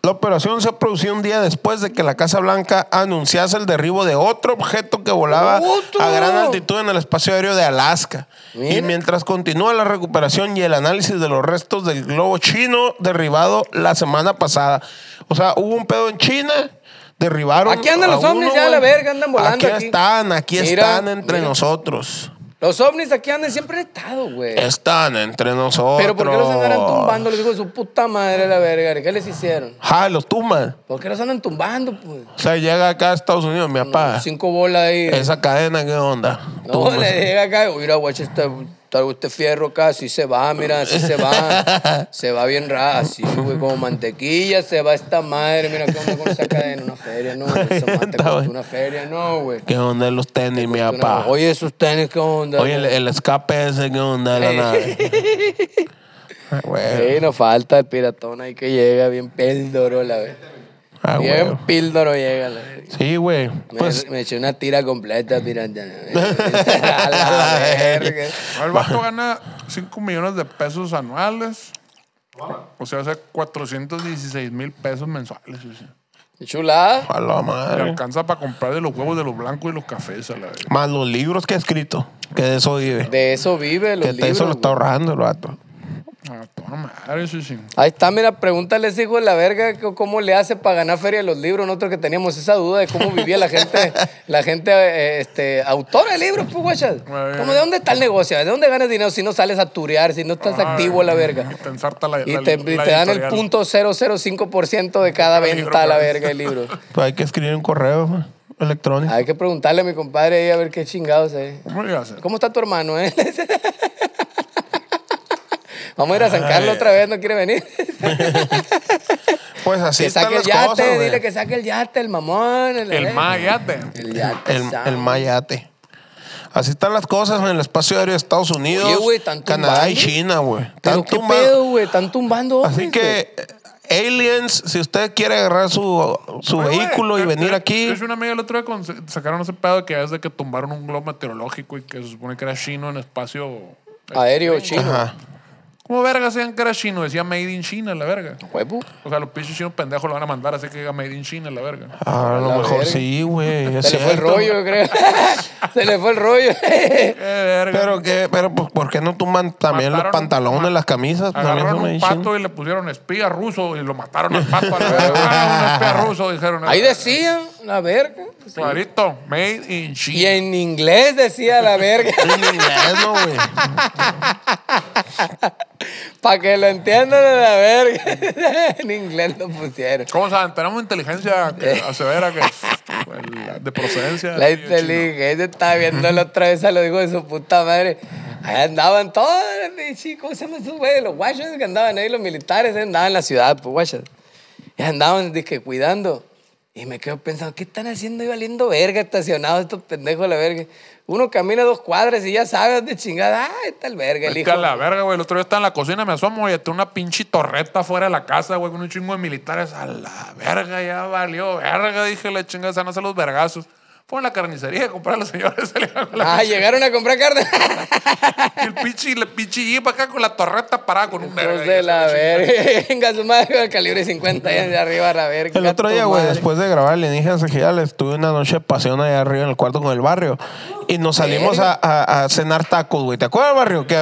Speaker 3: La operación se produció un día después de que la Casa Blanca anunciase el derribo de otro objeto que volaba
Speaker 1: ¡Otro!
Speaker 3: a gran altitud en el espacio aéreo de Alaska.
Speaker 1: Mira.
Speaker 3: Y mientras continúa la recuperación y el análisis de los restos del globo chino derribado la semana pasada. O sea, hubo un pedo en China, derribaron.
Speaker 1: Aquí andan
Speaker 3: a
Speaker 1: los ovnis
Speaker 3: uno,
Speaker 1: ya a la
Speaker 3: güey.
Speaker 1: verga, andan volando
Speaker 3: Aquí,
Speaker 1: aquí.
Speaker 3: están, aquí
Speaker 1: Mira,
Speaker 3: están entre
Speaker 1: mira.
Speaker 3: nosotros.
Speaker 1: Los ovnis aquí andan siempre han estado, güey.
Speaker 3: Están entre nosotros.
Speaker 1: Eh. Pero ¿por qué los andarán tumbando? Les digo, su puta madre, la verga. ¿Qué les hicieron?
Speaker 3: Ja, los tumban.
Speaker 1: ¿Por qué los andan tumbando, pues?
Speaker 3: O sea, llega acá a Estados Unidos, mi papá.
Speaker 1: Cinco bolas ahí.
Speaker 3: Esa cadena, ¿qué onda?
Speaker 1: No,
Speaker 3: Tumba.
Speaker 1: le llega acá, "Oh, mira, guacha, este, tal- este fierro acá, así se va, mira, así
Speaker 3: [laughs]
Speaker 1: se va. se va bien raro, así, güey, como mantequilla, se va esta madre, mira, ¿qué onda con esa cadena? Una feria, no, güey, esa madre te
Speaker 3: Está
Speaker 1: costó
Speaker 3: bien.
Speaker 1: una feria, no, güey.
Speaker 3: ¿Qué onda los tenis, mi
Speaker 1: Una-
Speaker 3: papá? Oye,
Speaker 1: Oye, esos tenis, ¿qué onda?
Speaker 3: el, el escape ese, ¿qué onda? La
Speaker 1: Eh.
Speaker 3: nave. Ah, güey.
Speaker 1: Sí, nos falta el piratón ahí que llega bien píldoro, la vez.
Speaker 3: Ah,
Speaker 1: bien
Speaker 3: güey.
Speaker 1: píldoro llega, la verga.
Speaker 3: Sí, güey.
Speaker 1: Me,
Speaker 3: Pues,
Speaker 1: me eché una tira completa, pirata.
Speaker 3: [laughs]
Speaker 1: A la verga.
Speaker 2: El vato gana 5 millones de pesos anuales. O sea, hace 416 mil pesos mensuales. o sea.
Speaker 1: Chulada.
Speaker 3: a la
Speaker 2: Le
Speaker 3: madre.
Speaker 2: alcanza para comprar de los huevos de los blancos y los cafés. A la verga.
Speaker 3: Más los libros que ha escrito, que de eso vive.
Speaker 1: De eso vive los
Speaker 3: que de
Speaker 1: libros.
Speaker 3: eso lo está
Speaker 1: güey.
Speaker 3: ahorrando el vato.
Speaker 2: A toda madre, sí, sí.
Speaker 1: Ahí está, mira, pregúntale ese hijo de la verga que- cómo le hace para ganar feria de los libros. Nosotros que teníamos esa duda de cómo vivía
Speaker 3: [laughs]
Speaker 1: la gente, la gente eh, este, autora de libros, pues, guachas.
Speaker 2: bien.
Speaker 1: Como, ¿de dónde está el negocio? ¿De dónde ganas dinero si no sales a turear, si no estás
Speaker 2: Ajá,
Speaker 1: activo a la verga?
Speaker 2: Y te ensarta la
Speaker 1: Y
Speaker 2: la-
Speaker 1: te, y
Speaker 2: la
Speaker 1: te dan el
Speaker 2: editorial. [laughs]
Speaker 1: punto 005% de cada
Speaker 2: libro,
Speaker 1: venta a la
Speaker 2: güey.
Speaker 1: verga
Speaker 2: [laughs]
Speaker 1: de libros.
Speaker 3: Pues hay que escribir un correo güey, electrónico.
Speaker 1: Hay que preguntarle a mi compadre ahí a ver qué chingados es.
Speaker 2: ¿Cómo le haces?
Speaker 1: ¿Cómo está tu hermano, eh? Vamos a ir a San Carlos otra vez, no quiere venir.
Speaker 3: Pues así
Speaker 1: que
Speaker 3: están
Speaker 1: saque el
Speaker 3: las
Speaker 1: yate,
Speaker 3: cosas, güey.
Speaker 1: dile que saque el yate, el mamón. El, eh.
Speaker 2: El Mayate.
Speaker 1: El yate.
Speaker 3: El,
Speaker 1: sabe.
Speaker 3: el mayate. Así están las cosas en el espacio aéreo de Estados Unidos,
Speaker 1: Oye, güey, ¿están
Speaker 3: Canadá y
Speaker 1: tumbando?
Speaker 3: China, güey.
Speaker 1: Pero
Speaker 3: Están
Speaker 1: qué
Speaker 3: tumbando-
Speaker 1: pedo, güey, están tumbando.
Speaker 3: Así
Speaker 1: ovnis, güey.
Speaker 3: que, eh, aliens, si usted quiere agarrar su, su
Speaker 2: Oye,
Speaker 3: vehículo
Speaker 2: güey,
Speaker 3: y
Speaker 2: yo-
Speaker 3: venir
Speaker 2: yo-
Speaker 3: aquí,
Speaker 2: Yo hice una media el otro día con, sacaron ese pedo que es de que tumbaron un globo meteorológico y que se supone que era chino en espacio.
Speaker 1: Aéreo chino.
Speaker 3: ajá.
Speaker 2: ¿Cómo verga decían que era chino? Decía Made in China, la verga.
Speaker 1: Huevo.
Speaker 2: O sea, los pinches chinos pendejos lo van a mandar, así que diga Made in China, la verga.
Speaker 3: Ah, a lo
Speaker 1: la
Speaker 3: mejor
Speaker 1: verga.
Speaker 3: sí, güey. es
Speaker 1: [laughs] Se le fue el
Speaker 3: cierto.
Speaker 1: rollo, yo creo. [laughs] Se le fue
Speaker 3: [laughs]
Speaker 1: el rollo.
Speaker 2: Qué verga.
Speaker 3: Pero, que, pero pues, ¿por qué no tumban también
Speaker 2: Mataron-
Speaker 3: los pantalones, las camisas? También
Speaker 2: Agarraron
Speaker 3: son
Speaker 2: un
Speaker 3: made
Speaker 2: pato
Speaker 3: in
Speaker 2: y le pusieron espía ruso y lo mataron al pato. a la verga.
Speaker 3: [laughs]
Speaker 2: Ah, un espía ruso, dijeron.
Speaker 1: Ahí decía, la verga.
Speaker 2: Clarito, Made in China.
Speaker 1: Y en inglés decía la verga. [laughs]
Speaker 3: China. En inglés, no, güey.
Speaker 1: Para que lo entiendan a la verga. [laughs] en inglés lo pusieron.
Speaker 2: ¿Cómo saben? Tenemos inteligencia que asevera que
Speaker 1: [laughs]
Speaker 2: pues, la de procedencia.
Speaker 1: Eh. La
Speaker 2: de chino.
Speaker 1: inteligencia estaba viendo la otra vez a los hijos de su puta madre. Ahí andaban todos, chicos, ¿cómo se llaman esos güeyes? Los guachos que andaban ahí, los militares, eh, andaban en la ciudad, pues guachos. Y andaban, dije, cuidando. Y me quedo pensando, ¿qué están haciendo ahí valiendo verga, estacionados estos pendejos, la verga? Uno camina dos cuadras y ya sabes de chingada, ah, está el verga, el
Speaker 2: Vete
Speaker 1: hijo.
Speaker 2: a la verga, güey. El otro día estaba en la cocina, me asomo y tengo una pinche torreta fuera de la casa, güey, con un chingo de militares. A la verga, ya valió verga, dije la chingada, se van a hacer los vergazos. Fue a la carnicería a comprar a los señores. [laughs] salieron a la
Speaker 1: Ah, llegaron a comprar
Speaker 2: [laughs]
Speaker 1: carne.
Speaker 2: Y el pinche, el pinche jeep acá con la torreta parada con un
Speaker 1: [laughs]
Speaker 2: verga.
Speaker 1: Hijos de la verga. Venga, su madre con el calibre 50 allá de arriba, la verga.
Speaker 3: El otro
Speaker 1: tu
Speaker 3: día, güey,
Speaker 1: madre.
Speaker 3: después de grabar Alienígenas Ejidales, tuve una noche de pasión allá arriba en el cuarto con el barrio. Y nos salimos a, a- a cenar tacos, güey. ¿Te acuerdas, barrio? Que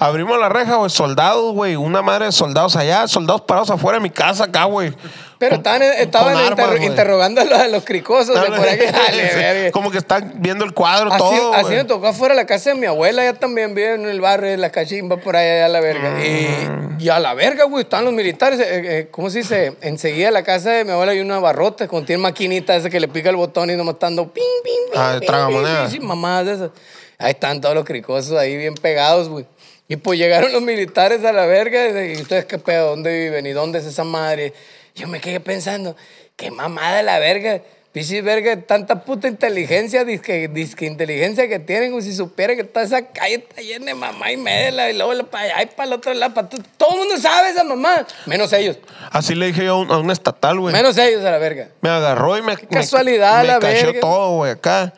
Speaker 3: abrimos la reja, güey, soldados, güey. Una madre de soldados allá, soldados parados afuera de mi casa acá, güey.
Speaker 1: Pero
Speaker 3: Con-
Speaker 1: estaban,
Speaker 3: con
Speaker 1: estaban
Speaker 3: armas,
Speaker 1: interro-
Speaker 3: güey.
Speaker 1: interrogando a los, a los cricosos de por aquí. [laughs] Dale,
Speaker 3: Sí,
Speaker 1: verga.
Speaker 3: Como que están viendo el cuadro
Speaker 1: Así,
Speaker 3: todo.
Speaker 1: así
Speaker 3: güey.
Speaker 1: me tocó afuera de la casa de mi abuela, ya también vive en el barrio de la cachimba por allá a la verga.
Speaker 3: Mm.
Speaker 1: Y, y a la verga, güey, están los militares. eh, eh, ¿Cómo se dice? Enseguida de la casa de mi abuela hay una barrota con tiene maquinita esa que le pica el botón y nomás estando ping, ping, ping. [laughs]
Speaker 3: Ah, de
Speaker 1: ping,
Speaker 3: tragamonedas.
Speaker 1: ping, ping, mamadas de esas. Ahí están todos los cricosos ahí bien pegados, güey. Y pues llegaron los militares a la verga y de- y ustedes qué pedo, ¿dónde viven? ¿Y dónde es esa madre? Yo me quedé pensando, qué mamada la verga. Pichi verga, tanta puta inteligencia, disque, disque inteligencia que tienen, güey, si supieran que toda esa calle está llena de mamá y media, la- y luego para allá y para el otro lado, para todo el mundo sabe esa mamá, menos ellos,
Speaker 3: Así le dije yo a un, a un estatal, güey.
Speaker 1: menos ellos a la verga.
Speaker 3: Me agarró y me. me-
Speaker 1: casualidad,
Speaker 3: me
Speaker 1: la
Speaker 3: cachó
Speaker 1: verga.
Speaker 3: todo, güey, acá.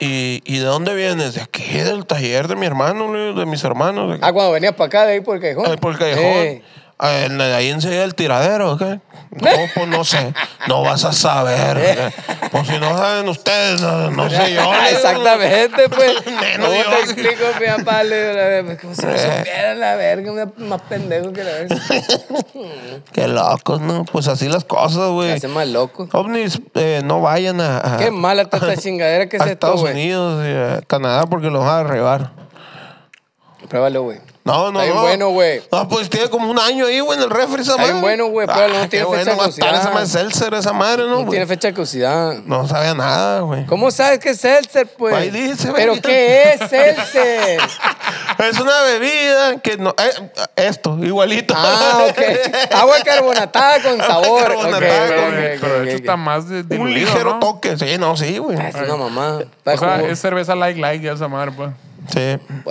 Speaker 3: Y, ¿Y de dónde vienes? De aquí, del taller de mi hermano, güey, de mis hermanos. de-
Speaker 1: Ah, cuando venía para acá, de ahí por el callejón.
Speaker 3: Ay, por el callejón.
Speaker 1: Eh.
Speaker 3: Ah, en- ahí enseguida el tiradero, ¿qué?
Speaker 1: [laughs]
Speaker 3: No, pues no sé. No vas a saber. ¿qué? Pues si no saben ustedes, no, no sé
Speaker 1: [laughs]
Speaker 3: yo.
Speaker 1: Exactamente, pues.
Speaker 3: [laughs] Menos Eh.
Speaker 1: ¿Cómo
Speaker 3: yo.
Speaker 1: te explico, mi papá? Le digo, la verga, ¿Cómo se me supiera la verga? me- Más pendejo que la verga.
Speaker 3: Qué locos, ¿no? Pues así las cosas,
Speaker 1: Se
Speaker 3: güey.
Speaker 1: hace más loco.
Speaker 3: Ovnis, eh, no vayan a. a-
Speaker 1: Qué mala
Speaker 3: [laughs]
Speaker 1: está esta chingadera que
Speaker 3: a
Speaker 1: es esto,
Speaker 3: Estados
Speaker 1: güey.
Speaker 3: Unidos y a Canadá porque los van a arrebar.
Speaker 1: Pruébalo, güey.
Speaker 3: No, no,
Speaker 1: Está bien
Speaker 3: no.
Speaker 1: bueno, güey.
Speaker 3: No, pues tiene como un año ahí, güey, en el refri esa
Speaker 1: Está
Speaker 3: madre.
Speaker 1: bien
Speaker 3: Ah,
Speaker 1: bueno, güey, pero no
Speaker 3: qué
Speaker 1: tiene fecha de
Speaker 3: bueno, va a estar
Speaker 1: caducidad.
Speaker 3: esa madre seltzer, esa madre, ¿no?
Speaker 1: No
Speaker 3: güey?
Speaker 1: tiene fecha de caducidad.
Speaker 3: No sabe a nada, güey.
Speaker 1: ¿Cómo sabes que es Seltzer, pues?
Speaker 3: Ahí dice,
Speaker 1: ¿Pero
Speaker 3: güey.
Speaker 1: qué
Speaker 3: [laughs]
Speaker 1: es Seltzer?
Speaker 3: [laughs] Es una bebida que no. eh, esto, igualito.
Speaker 1: Ah,
Speaker 3: [laughs]
Speaker 1: ok. Agua carbonatada con
Speaker 3: Agua
Speaker 1: sabor. Ok,
Speaker 3: carbonatada,
Speaker 1: ok,
Speaker 2: Pero,
Speaker 1: ok,
Speaker 2: de- pero de
Speaker 1: ok,
Speaker 2: hecho
Speaker 1: ok.
Speaker 2: está más de- diluido,
Speaker 3: Un ligero
Speaker 2: ¿no?
Speaker 3: toque. Sí, no, sí, güey.
Speaker 1: Ah, Es una mamá.
Speaker 2: O sea, es cerveza like, like, ya esa madre, pues.
Speaker 3: Sí.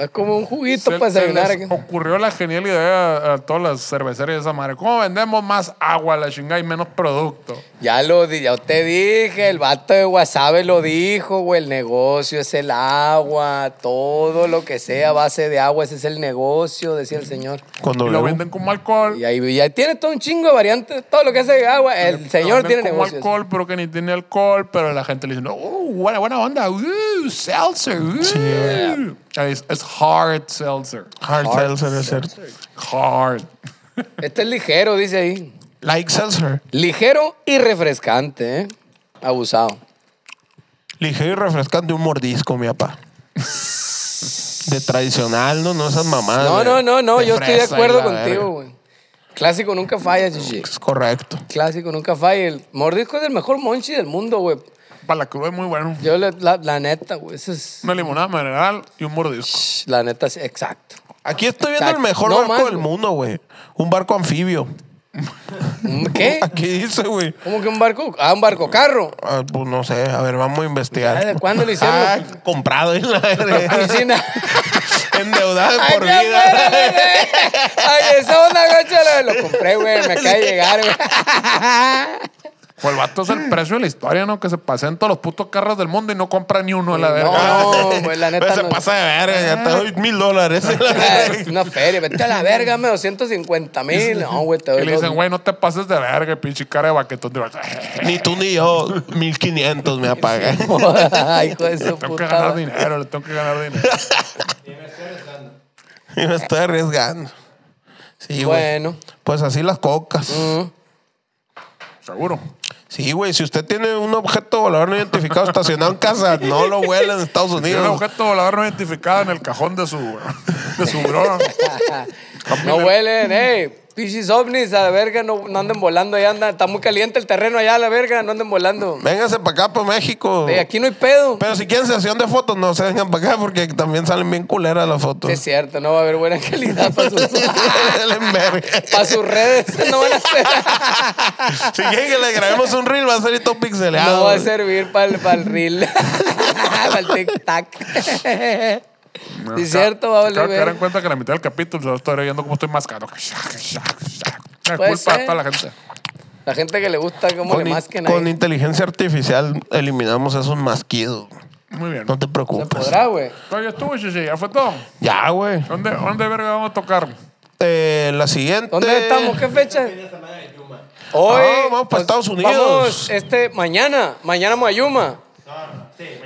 Speaker 1: Es como un juguito
Speaker 2: Se-
Speaker 1: para
Speaker 2: se
Speaker 1: desayunar.
Speaker 2: les
Speaker 1: aquí.
Speaker 2: ocurrió la genial idea a, a todas las cervecerías de esa madre. ¿Cómo vendemos más agua a la chingada y menos producto?
Speaker 1: Ya lo di, ya te dije, el vato de Wasabe lo dijo, güey, el negocio es el agua, todo lo que sea a base de agua, ese es el negocio, decía el señor.
Speaker 3: Cuando
Speaker 2: Y lo venden como alcohol.
Speaker 1: Y ahí ya tiene todo un chingo de variantes, todo lo que hace de agua, el señor
Speaker 2: Lo
Speaker 1: tiene
Speaker 2: venden como
Speaker 1: negocio.
Speaker 2: alcohol, pero que ni tiene alcohol, pero la gente le dice, oh, buena, buena onda, uh, seltzer, uh". es, es hard seltzer.
Speaker 3: Hard, seltzer, es cierto.
Speaker 2: Hard.
Speaker 1: Este es ligero, dice ahí.
Speaker 3: Like seltzer.
Speaker 1: Ligero y refrescante, ¿eh? Abusado.
Speaker 3: Ligero y refrescante, un mordisco, mi papá. De tradicional, ¿no? No esas mamadas.
Speaker 1: No,
Speaker 3: Ah, de-
Speaker 1: no, no, no,
Speaker 3: de
Speaker 1: yo estoy de
Speaker 3: fresa y
Speaker 1: acuerdo
Speaker 3: la verga.
Speaker 1: contigo, güey. Clásico nunca falla, chichi.
Speaker 3: Es correcto.
Speaker 1: Clásico nunca falla. El mordisco es el mejor monchi del mundo, güey.
Speaker 2: Para la cruda es muy bueno.
Speaker 1: Yo, le- la, la neta, güey, eso es.
Speaker 2: Una limonada mineral y un mordisco.
Speaker 1: La neta, sí, exacto.
Speaker 3: Aquí estoy viendo
Speaker 1: O sea,
Speaker 3: el mejor
Speaker 1: no
Speaker 3: barco
Speaker 1: más,
Speaker 3: del
Speaker 1: güey.
Speaker 3: mundo, güey. Un barco anfibio. [laughs]
Speaker 1: ¿Qué?
Speaker 3: Aquí dice, güey.
Speaker 1: ¿Cómo que un barco? Ah, un barco carro.
Speaker 3: Ah, pues no sé, a ver, vamos a investigar.
Speaker 1: ¿Desde
Speaker 3: [laughs]
Speaker 1: cuándo lo hicieron?
Speaker 3: Ah, comprado en
Speaker 1: [laughs]
Speaker 3: la
Speaker 1: Piscina.
Speaker 3: [laughs] Endeudado
Speaker 1: Ay,
Speaker 3: por
Speaker 1: qué
Speaker 3: vida.
Speaker 1: bueno, güey. Ay, esa onda, gacha, lo, lo compré, güey. Me acaba de llegar, güey.
Speaker 2: Pues el vato es el precio de la historia, ¿no? Que se pasean todos los putos carros del mundo y no compra ni uno de la verga.
Speaker 3: [laughs]
Speaker 1: No, güey, la
Speaker 3: Pero
Speaker 1: neta
Speaker 3: se
Speaker 1: no. Ah.
Speaker 3: pasa de verga, ya te doy mil
Speaker 1: [laughs]
Speaker 3: dólares.
Speaker 1: Es una feria, vete a la verga, me 250 mil. No, güey, te doy
Speaker 2: Y le dicen,
Speaker 1: dos-
Speaker 2: güey, no te pases de verga, pinche cara de baquetón. Digo, "Eh,
Speaker 3: ni tú ni yo, mil quinientos me apagan.
Speaker 1: Ay, [laughs] hijo de su
Speaker 2: Tengo
Speaker 1: puta.
Speaker 2: que ganar
Speaker 1: madre.
Speaker 2: dinero, le tengo que ganar
Speaker 1: [laughs]
Speaker 2: dinero.
Speaker 3: y [laughs] me estoy arriesgando. Sí, güey.
Speaker 1: Bueno.
Speaker 3: Pues así las cocas.
Speaker 2: Seguro.
Speaker 3: Sí, güey, si usted tiene un objeto volador no identificado estacionado en
Speaker 1: [laughs]
Speaker 3: casa, no lo vuela en Estados
Speaker 2: Tiene un
Speaker 3: Unidos.
Speaker 2: objeto volador no identificado en el cajón de su, de su
Speaker 1: [laughs]
Speaker 2: bro.
Speaker 1: Ah, No huelen, eh. Pichis ovnis a la verga, no, no anden volando allá, anda. Está muy caliente el terreno allá a la verga, no anden volando.
Speaker 3: Véngase para acá, para México.
Speaker 1: Eh, aquí no hay pedo.
Speaker 3: Pero si quieren sesión de fotos, no se vengan para acá porque también salen bien culeras las fotos. [laughs]
Speaker 1: Sí, es cierto, no va a haber buena [laughs] calidad para sus,
Speaker 3: Valen verga.
Speaker 1: para sus redes. [laughs] No van a ser.
Speaker 3: Si quieren que le grabemos un reel, va a ser todo pixeleado.
Speaker 1: No va a servir para el, para el reel. [laughs] para el tic-tac. Sí, es cierto, va a valer
Speaker 2: Acabo de caer en
Speaker 1: verga.
Speaker 2: cuenta que la mitad del capítulo se lo estoy viendo cómo estoy más caro. [laughs] La
Speaker 1: Puede
Speaker 2: culpa
Speaker 1: ser.
Speaker 2: de toda la gente.
Speaker 1: [laughs] La gente que le gusta, cómo le
Speaker 3: Con, in-
Speaker 1: masquen ahí.
Speaker 3: con inteligencia artificial eliminamos esos masquidos.
Speaker 2: Muy bien.
Speaker 3: No te
Speaker 1: Se
Speaker 3: preocupes.
Speaker 1: podrá, güey.
Speaker 2: No, ya estuvo, sí, sí, ya fue todo.
Speaker 3: Ya, güey.
Speaker 2: ¿Dónde, ¿Dónde verga vamos a tocar?
Speaker 3: Eh, la siguiente.
Speaker 1: ¿Dónde estamos? ¿Qué fecha? Hoy.
Speaker 3: Ah, vamos para Estados Unidos.
Speaker 1: Vamos, este, mañana. Mañana vamos a Yuma.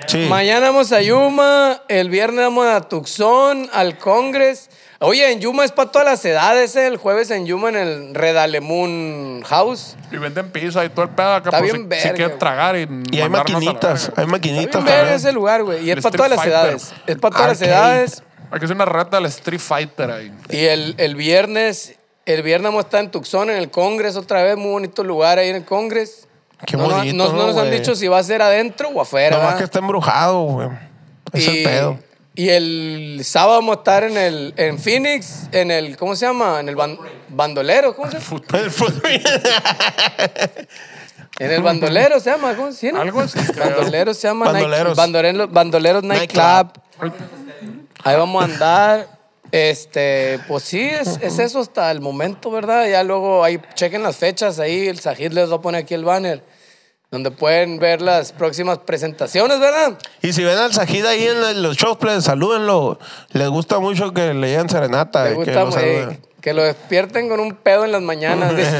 Speaker 3: Sí.
Speaker 1: Mañana vamos a Yuma. El viernes vamos a Tucson, al Congreso. Oye, en Yuma es para todas las edades, ¿eh? El jueves en Yuma, en el Redalemun House.
Speaker 2: Y venden pizza y todo el pedo acá.
Speaker 1: Está
Speaker 2: pues,
Speaker 1: bien
Speaker 2: si- si,
Speaker 1: verga,
Speaker 2: quieres
Speaker 1: güey.
Speaker 2: tragar y.
Speaker 3: Y hay
Speaker 2: mandarnos a la
Speaker 3: maquinitas.
Speaker 2: verga.
Speaker 3: Hay
Speaker 1: Está
Speaker 3: maquinitas
Speaker 1: bien ver
Speaker 3: también.
Speaker 1: ese lugar, güey. Y
Speaker 2: El
Speaker 1: es para todas las
Speaker 2: Street Fighter.
Speaker 1: edades. Es para todas las
Speaker 3: Arcade.
Speaker 1: edades.
Speaker 2: Hay que hacer una reta del Street Fighter ahí.
Speaker 1: Y el, el viernes, el viernes vamos a estar en Tucson, en el Congreso otra vez, muy bonito lugar ahí en el Congreso.
Speaker 3: Qué
Speaker 1: no, no-
Speaker 3: bonito,
Speaker 1: no- no
Speaker 3: ¿no,
Speaker 1: nos han
Speaker 3: güey?
Speaker 1: dicho si va a ser adentro o afuera.
Speaker 3: Nomás
Speaker 1: ¿verdad?
Speaker 3: que está embrujado, güey. Es el pedo.
Speaker 1: Y el sábado vamos a estar en el en Phoenix, en el, ¿cómo se llama? En el ban- bandolero, ¿cómo se llama?
Speaker 3: El fútbol. [laughs]
Speaker 1: En el bandolero se llama, ¿cómo se llama?
Speaker 2: Algo así, creo.
Speaker 1: Bandolero se llama
Speaker 3: Bandoleros.
Speaker 1: Bandoleros. Bandoleros, Bandoleros Nightclub. Ahí vamos a andar. Este, pues sí, es, es eso hasta el momento, ¿verdad? Ya luego ahí chequen las fechas, ahí el Sajid les va a poner aquí el banner, donde pueden ver las próximas presentaciones, ¿verdad?
Speaker 3: Y si ven al Sajid ahí en el- los shows, pues, salúdenlo. Les gusta mucho que le digan serenata.
Speaker 1: Me
Speaker 3: y que
Speaker 1: gusta,
Speaker 3: lo
Speaker 1: eh,
Speaker 3: saluden.
Speaker 1: que lo despierten con un pedo en las mañanas. dice.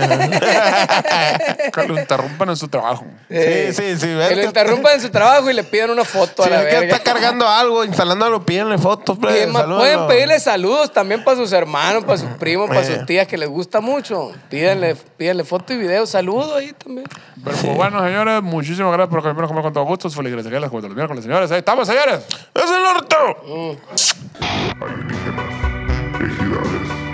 Speaker 2: Que lo interrumpan en su trabajo.
Speaker 1: Eh,
Speaker 3: sí, sí, ven
Speaker 1: Que lo
Speaker 3: que-
Speaker 1: interrumpan en su trabajo y le pidan una foto
Speaker 3: Si
Speaker 1: a la
Speaker 3: ven que
Speaker 1: verga.
Speaker 3: está cargando algo, instalándolo, pídenle fotos,
Speaker 1: Y
Speaker 3: pues,
Speaker 1: es más,
Speaker 3: salúdenlo.
Speaker 1: pueden pedirle saludos también para sus hermanos, para sus primos, para
Speaker 3: Eh.
Speaker 1: sus tías que les gusta mucho. Pídanle, pídanle foto y video, saludos ahí también.
Speaker 2: Pero pues, bueno, señores, muchísimas gracias por comer con todo gusto. Feliz gracias, gracias, como todos los miércoles, señores. Ahí estamos, señores.
Speaker 3: ¡Es el orto!
Speaker 4: Alienígenas, ejidales,